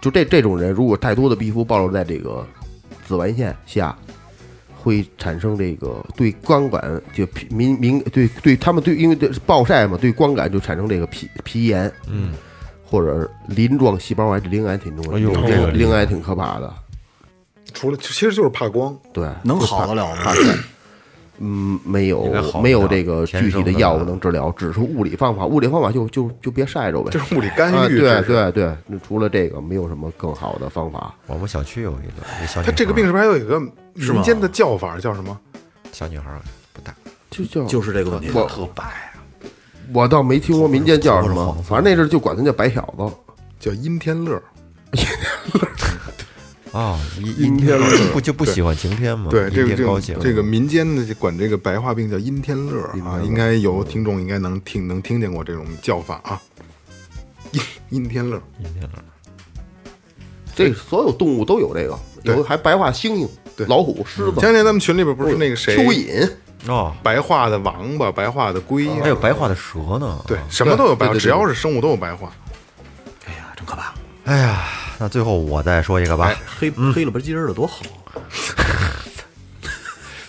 Speaker 4: 就这这种人，如果太多的皮肤暴露在这个紫外线下，会产生这个对光感就皮敏敏对对他们对因为这是暴晒嘛，对光感就产生这个皮皮炎，嗯，或者鳞状细胞癌，这鳞癌挺重要的，
Speaker 1: 哎呦
Speaker 4: 这
Speaker 1: 这
Speaker 4: 个
Speaker 1: 个
Speaker 4: 鳞癌挺可怕的，
Speaker 3: 除了其实就是怕光，
Speaker 4: 对，
Speaker 5: 能
Speaker 4: 就
Speaker 5: 好得了吗？
Speaker 4: 嗯，没有
Speaker 1: 应该好不
Speaker 4: 没有
Speaker 1: 了
Speaker 4: 这个
Speaker 1: 天
Speaker 4: 具体
Speaker 1: 生
Speaker 4: 的
Speaker 1: 的
Speaker 4: 药
Speaker 1: 吧
Speaker 4: 物能治疗，只是物理方法。物理方法就就就别晒着呗。
Speaker 3: 就是物理干
Speaker 4: 啊，
Speaker 3: 预，
Speaker 4: 对
Speaker 3: 这是。
Speaker 4: 对对，那除了这个，没有什么更好的方法。
Speaker 1: 我们小区有一个，一小女孩
Speaker 3: 他这个病是不是还有一个民间的叫法叫什么？
Speaker 1: 小女孩儿不大，
Speaker 4: 就叫
Speaker 5: 就是是这个问题，
Speaker 4: 我
Speaker 5: 特白。
Speaker 4: 我倒没听过民间叫
Speaker 1: 头
Speaker 4: 什
Speaker 1: 发是
Speaker 4: 么
Speaker 1: 黄，色
Speaker 4: 反正那阵儿就管他叫白小子。
Speaker 3: 叫阴天乐。
Speaker 1: 哦，阴
Speaker 3: 啊阴天
Speaker 1: 高
Speaker 3: 了
Speaker 1: 不就不喜欢晴天吗？
Speaker 3: 对，这
Speaker 1: 阴
Speaker 3: 个这
Speaker 1: 天嗯高
Speaker 3: 个
Speaker 1: 兴，
Speaker 3: 这个民间的管这个白化病叫阴天乐啊，应该有听众应该能听能听见过这种叫法啊。阴阴天乐，
Speaker 1: 阴天了。
Speaker 4: 这所有动物都有这个，
Speaker 3: 对
Speaker 4: 有还白化猩
Speaker 3: 对
Speaker 4: 猩、老虎、狮子、
Speaker 3: 前两天咱们群里边不是那个谁
Speaker 4: 蚯蚓，
Speaker 1: 哦，
Speaker 3: 白化的王八、白化的龟，
Speaker 1: 还有白化的蛇呢。
Speaker 3: 对，什么都有白化，
Speaker 4: 对对对
Speaker 3: 只要是生物都有白化。
Speaker 5: 哎呀，真可怕！
Speaker 3: 嗯
Speaker 1: 哎呀，那最后我再说一个
Speaker 3: 哎
Speaker 1: 吧。
Speaker 5: 黑黑了吧唧儿的多好，啊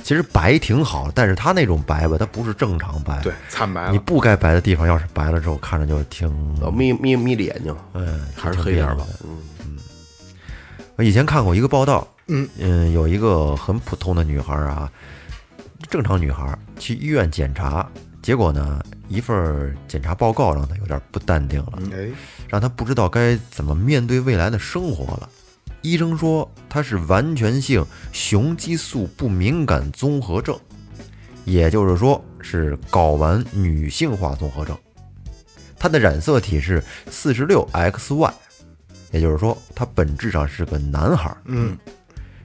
Speaker 1: 其实白挺好，但是它那种白吧，它不是正常白。
Speaker 3: 对，，惨白
Speaker 1: 你
Speaker 3: 了。
Speaker 1: 不该白的地方，要是白了之后，看着就挺，
Speaker 4: 老眯眯眯着眼睛，
Speaker 1: 嗯，
Speaker 5: 还是
Speaker 1: 挺
Speaker 5: 黑点
Speaker 1: 别
Speaker 5: 儿
Speaker 1: 扭
Speaker 5: 吧
Speaker 1: 的。我以前看过一个报道，
Speaker 3: 嗯
Speaker 1: 有一个很普通的女孩儿啊，正常女孩儿去医院检查，结果呢，一份儿检查报告让她有点不淡定了，
Speaker 3: 哎，
Speaker 1: 让她不知道该怎么面对未来的生活了。医生说她是完全性雄激素不敏感综合症，也就是说是睾丸女性化综合症。它的染色体是四十六 XY，也就是说她本质上是个男孩。
Speaker 3: 嗯，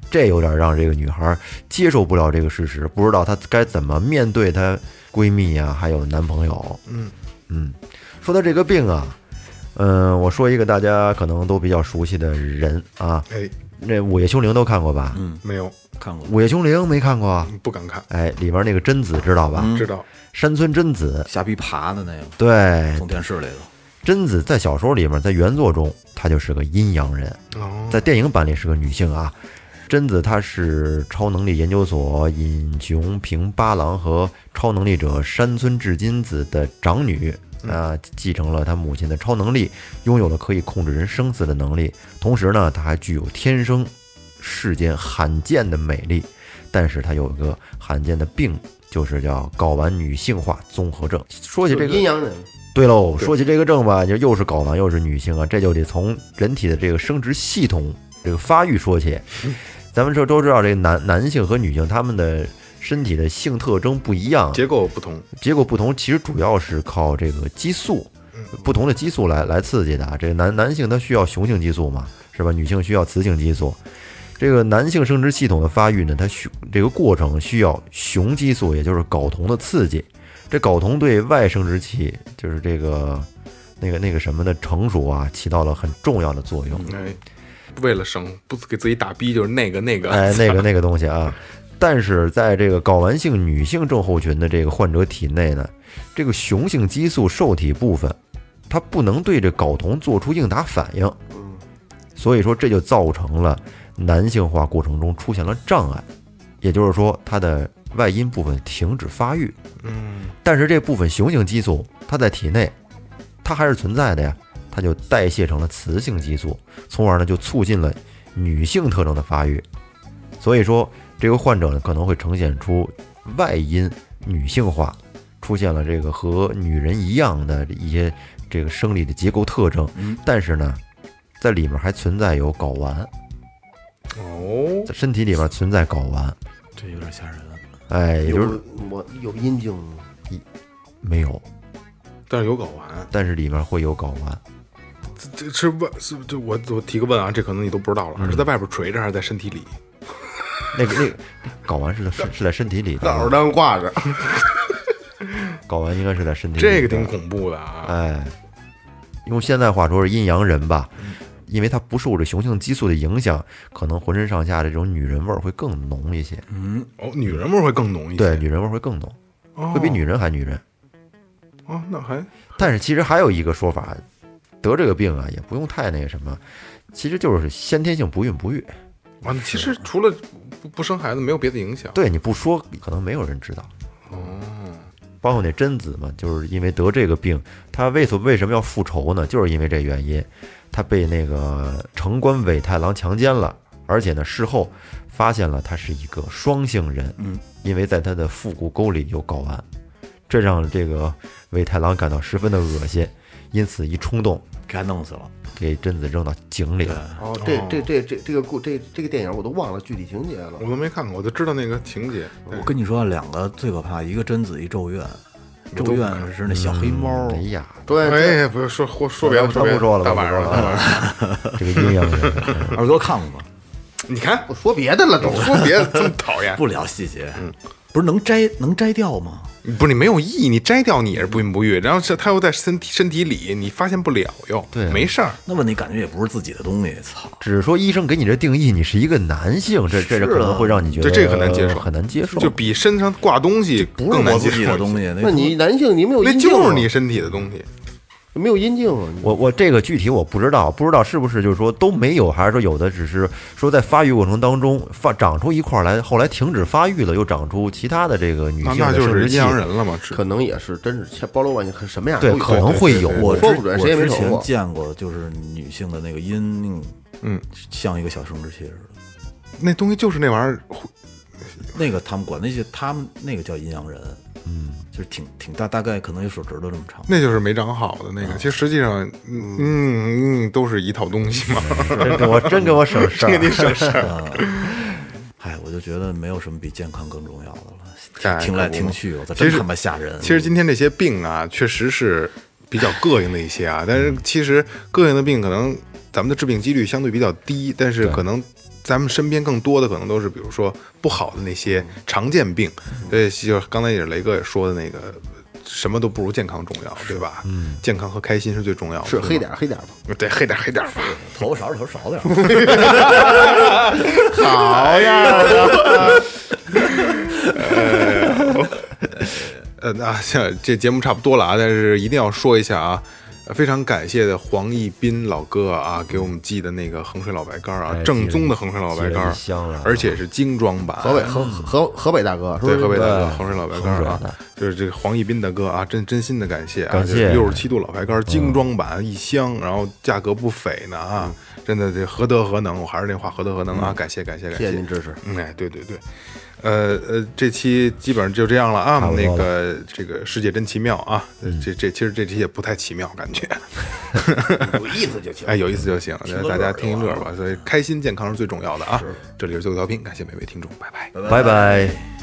Speaker 1: 这有点让这个女孩接受不了这个事实，不知道她该怎么面对她闺蜜啊，还有男朋友。
Speaker 3: 嗯
Speaker 1: 嗯，说到这个呃病啊，嗯、我说一个大家可能都比较熟悉的人啊，
Speaker 3: 哎，
Speaker 1: 那《午夜凶铃》都看过吧？嗯，
Speaker 3: 没有，
Speaker 5: 看过
Speaker 1: 《午夜凶铃》没看过？
Speaker 3: 不敢看，
Speaker 1: 哎，里边那个贞子知道吧？
Speaker 5: 嗯
Speaker 3: 知道
Speaker 1: 山村贞子，
Speaker 5: 瞎逼爬的那个，
Speaker 1: 对，
Speaker 5: 从电视里头。
Speaker 1: 贞子在小说里面，在原作中，她就是个阴阳人，
Speaker 3: 哦，
Speaker 1: 在电影版里是个女性啊。贞子她是超能力研究所尹雄平八郎和超能力者山村至今子的长女，啊，继承了她母亲的超能力，拥有了可以控制人生死的能力。同时呢，她还具有天生世间罕见的美丽，但是她有一个罕见的病，就是叫睾丸女性化综合症。说起这个
Speaker 4: 阴阳人，
Speaker 1: 对喽，说起这个症吧，就又是睾丸又是女性啊，这就得从人体的这个生殖系统这个发育说起。咱们说都知道，这个男男性和女性他们的身体的性特征不一样，
Speaker 3: 结构不同，
Speaker 1: 结果不同，其实主要是靠这个激素，不同的激素来来刺激的啊。这个男男性他需要雄性激素嘛，是吧？女性需要雌性激素。这个男性生殖系统的发育呢，它需这个过程需要雄激素，也就是睾酮的刺激。这睾酮对外生殖器，就是这个那个那个什么的成熟啊，起到了很重要的作用。
Speaker 3: 哎，为了省不给自己打逼，就是那个那个，
Speaker 1: 哎，那个那个东西啊。但是在这个睾丸性女性症候群的这个患者体内呢，这个雄性激素受体部分，它不能对这睾酮做出应答反应，
Speaker 3: 嗯
Speaker 1: 所以说这就造成了男性化过程中出现了障碍，也就是说它的外阴部分停止发育。
Speaker 3: 嗯，
Speaker 1: 但是这部分雄性激素它在体内，它还是存在的呀，它就代谢成了雌性激素，从而呢就促进了女性特征的发育。所以说，这个患者呢可能会呈现出外阴女性化，出现了这个和女人一样的一些这个生理的结构特征，
Speaker 5: 嗯
Speaker 1: 但是呢，在里面还存在有睾丸，
Speaker 3: 哦，
Speaker 1: 在身体里面存在睾丸，
Speaker 5: 这有点吓人啊！
Speaker 1: 哎，也就是
Speaker 4: 有我有阴茎，
Speaker 1: 没有，
Speaker 3: 但是有睾丸，
Speaker 1: 但是里面会有睾丸。
Speaker 3: 这这是外是这我我提个问啊，这可能你都不知道了，是在外边垂着还是在身体里？
Speaker 1: 那个那个睾丸是在是是在身体里的，
Speaker 4: 在耳朵上挂着，
Speaker 1: 睾丸应该是在身体里的。
Speaker 3: 这个挺恐怖的啊，
Speaker 1: 哎，用现在话说是阴阳人吧，因为它不受这雄性激素的影响，可能浑身上下这种女人味儿会更浓一些。
Speaker 3: 嗯，哦，女人味儿会更浓一些，
Speaker 1: 对，女人味儿会更浓，
Speaker 3: 哦，
Speaker 1: 会比女人还女人。
Speaker 3: 哦，那还
Speaker 1: 但是其实还有一个说法，得这个病啊也不用太那个什么，其实就是先天性不孕不育。
Speaker 3: 完了，啊其实除了不不生孩子，没有别的影响。
Speaker 1: 对，你不说可能没有人知道。包括那贞子嘛，就是因为得这个病，她为所为什么要复仇呢？就是因为这原因，她被那个城关尾太郎强奸了，而且呢，事后发现了她是一个双性人，嗯，因为在她的腹股沟里有睾丸，这让这个尾太郎感到十分的恶心，因此一冲动
Speaker 5: 给他弄死了。
Speaker 1: 给贞子扔到井里了。
Speaker 3: 哦
Speaker 4: 这这这这这个故这这个电影我都忘了具体情节了
Speaker 3: 我。都没看过，我就知道那个情节。
Speaker 5: 我跟你说啊，两个最可怕，一个贞子，一咒怨。
Speaker 3: 都
Speaker 5: 咒怨是那小黑猫，
Speaker 1: 哎呀，
Speaker 4: 对，
Speaker 3: 哎呀，不要说说说别的，
Speaker 1: 咱不
Speaker 3: 别的
Speaker 1: 说了，
Speaker 3: 大
Speaker 1: 咱不说
Speaker 3: 晚上
Speaker 1: 了
Speaker 3: 了，大晚上了。
Speaker 1: 啊，这个阴阳人。嗯
Speaker 5: 耳朵看过吗？
Speaker 3: 你 看，
Speaker 4: 我说别的了都。
Speaker 3: 说别的这么讨厌，
Speaker 5: 不聊细节，
Speaker 3: 嗯
Speaker 5: 不是能摘能摘掉吗？
Speaker 3: 不是你没有意义，你摘掉你也是不孕不育，然后这他又在身体身体里，你发现不了又，
Speaker 1: 对啊
Speaker 3: 没事儿。
Speaker 5: 那问题感觉也不是自己的东西，操！
Speaker 1: 只是说医生给你这定义，你是一个男性，这这
Speaker 5: 是啊
Speaker 1: 可能会让你觉得
Speaker 3: 对这个很难接受
Speaker 1: 很难接受。
Speaker 3: 就比身上挂东西
Speaker 5: 不是
Speaker 3: 更难
Speaker 5: 我
Speaker 3: 接
Speaker 5: 自己的
Speaker 3: 受，
Speaker 5: 东西，那
Speaker 4: 那你男性你没有
Speaker 3: 那
Speaker 4: 阴茎啊，
Speaker 5: 哦
Speaker 3: 就是你身体的东西。
Speaker 4: 没有阴茎啊，你
Speaker 1: 我我这个具体我不知道，不知道是不是就是说都没有，还是说有的只是说在发育过程当中发长出一块来，后来停止发育了，又长出其他的这个女
Speaker 3: 那
Speaker 1: 性
Speaker 3: 那
Speaker 1: 的
Speaker 3: 就
Speaker 1: 生
Speaker 3: 是
Speaker 1: 殖
Speaker 3: 阴
Speaker 1: 器。
Speaker 3: 阳人了嘛？
Speaker 4: 可能也是真是千包罗万象，什么样
Speaker 1: 对
Speaker 4: 都有
Speaker 1: 可能会有
Speaker 4: 对对对
Speaker 5: 我
Speaker 4: 对
Speaker 5: 之
Speaker 4: 说不准，谁也没
Speaker 5: 我之
Speaker 4: 瞅
Speaker 5: 前
Speaker 4: 过。
Speaker 5: 见过，就是女性的那个阴，
Speaker 3: 嗯，
Speaker 5: 像一个小生殖器似的。
Speaker 3: 那东西就是那玩意儿，
Speaker 5: 那个他们管那些，他们那个叫阴阳人，嗯，就是挺挺大，大概可能有手指头这么长。
Speaker 3: 那就是没长好的那个。其实实际上，嗯嗯嗯，都是一套东西 嘛。
Speaker 1: 真给我真给我省 事儿，
Speaker 5: 哎，我就觉得没有什么比健康更重要的
Speaker 3: 哎
Speaker 5: 了。听来听去，我操，
Speaker 3: 其
Speaker 5: 真
Speaker 3: 实
Speaker 5: 他妈吓人。
Speaker 3: 其实今天这些病啊，确实是比较膈应的一些啊，但是其实膈应的病可能咱们的致病几率相对比较低，但是可能咱们身边更多的可能都是比如说不好的那些常见病，对，就是刚才也是雷哥也说的那个。什么都不如健康重要，对吧？嗯，健康和开心是最重要的。
Speaker 4: 是
Speaker 3: 对吧
Speaker 4: 黑点儿黑点儿吧。
Speaker 3: 对，黑点儿黑点儿吧。
Speaker 5: 头发少是头少点儿，
Speaker 3: 好呀， 呃，那这这节目差不多了啊，但是一定要说一下啊。呃非常感谢的黄一斌老哥啊，给我们寄的那个衡水老白干儿啊
Speaker 1: 哎，
Speaker 3: 正宗的衡水老白干
Speaker 1: 寄了
Speaker 3: 儿
Speaker 1: 一箱了啊，
Speaker 3: 而且是精装版，啊
Speaker 4: 河北河河河北大哥，说
Speaker 3: 对，河北大
Speaker 1: 对
Speaker 3: 哥，衡水老白干儿啊
Speaker 1: 衡水的，
Speaker 3: 就是这个黄一斌大哥啊，真真心的感谢啊，
Speaker 1: 感谢
Speaker 3: 六十七度老白干儿精装版一箱，然后价格不菲呢啊，真的这何德何能，我还是那话，何德何能啊，感谢感谢感
Speaker 4: 谢
Speaker 3: 谢
Speaker 4: 谢您支持。
Speaker 3: 嗯，哎，对对对，呃呃，这期基本上就这样了啊。
Speaker 1: 不多
Speaker 3: 那
Speaker 1: 了
Speaker 3: 个这个世界真奇妙啊，这这其实这期也不太奇妙，感 觉。
Speaker 5: 有意思就行。
Speaker 3: 哎，有意思就行，
Speaker 5: 个乐
Speaker 3: 大家
Speaker 5: 儿
Speaker 3: 听啊一乐吧。所以开心健康是最重要的啊。这里是最后调频，感谢每位听众，拜拜。
Speaker 1: 拜拜。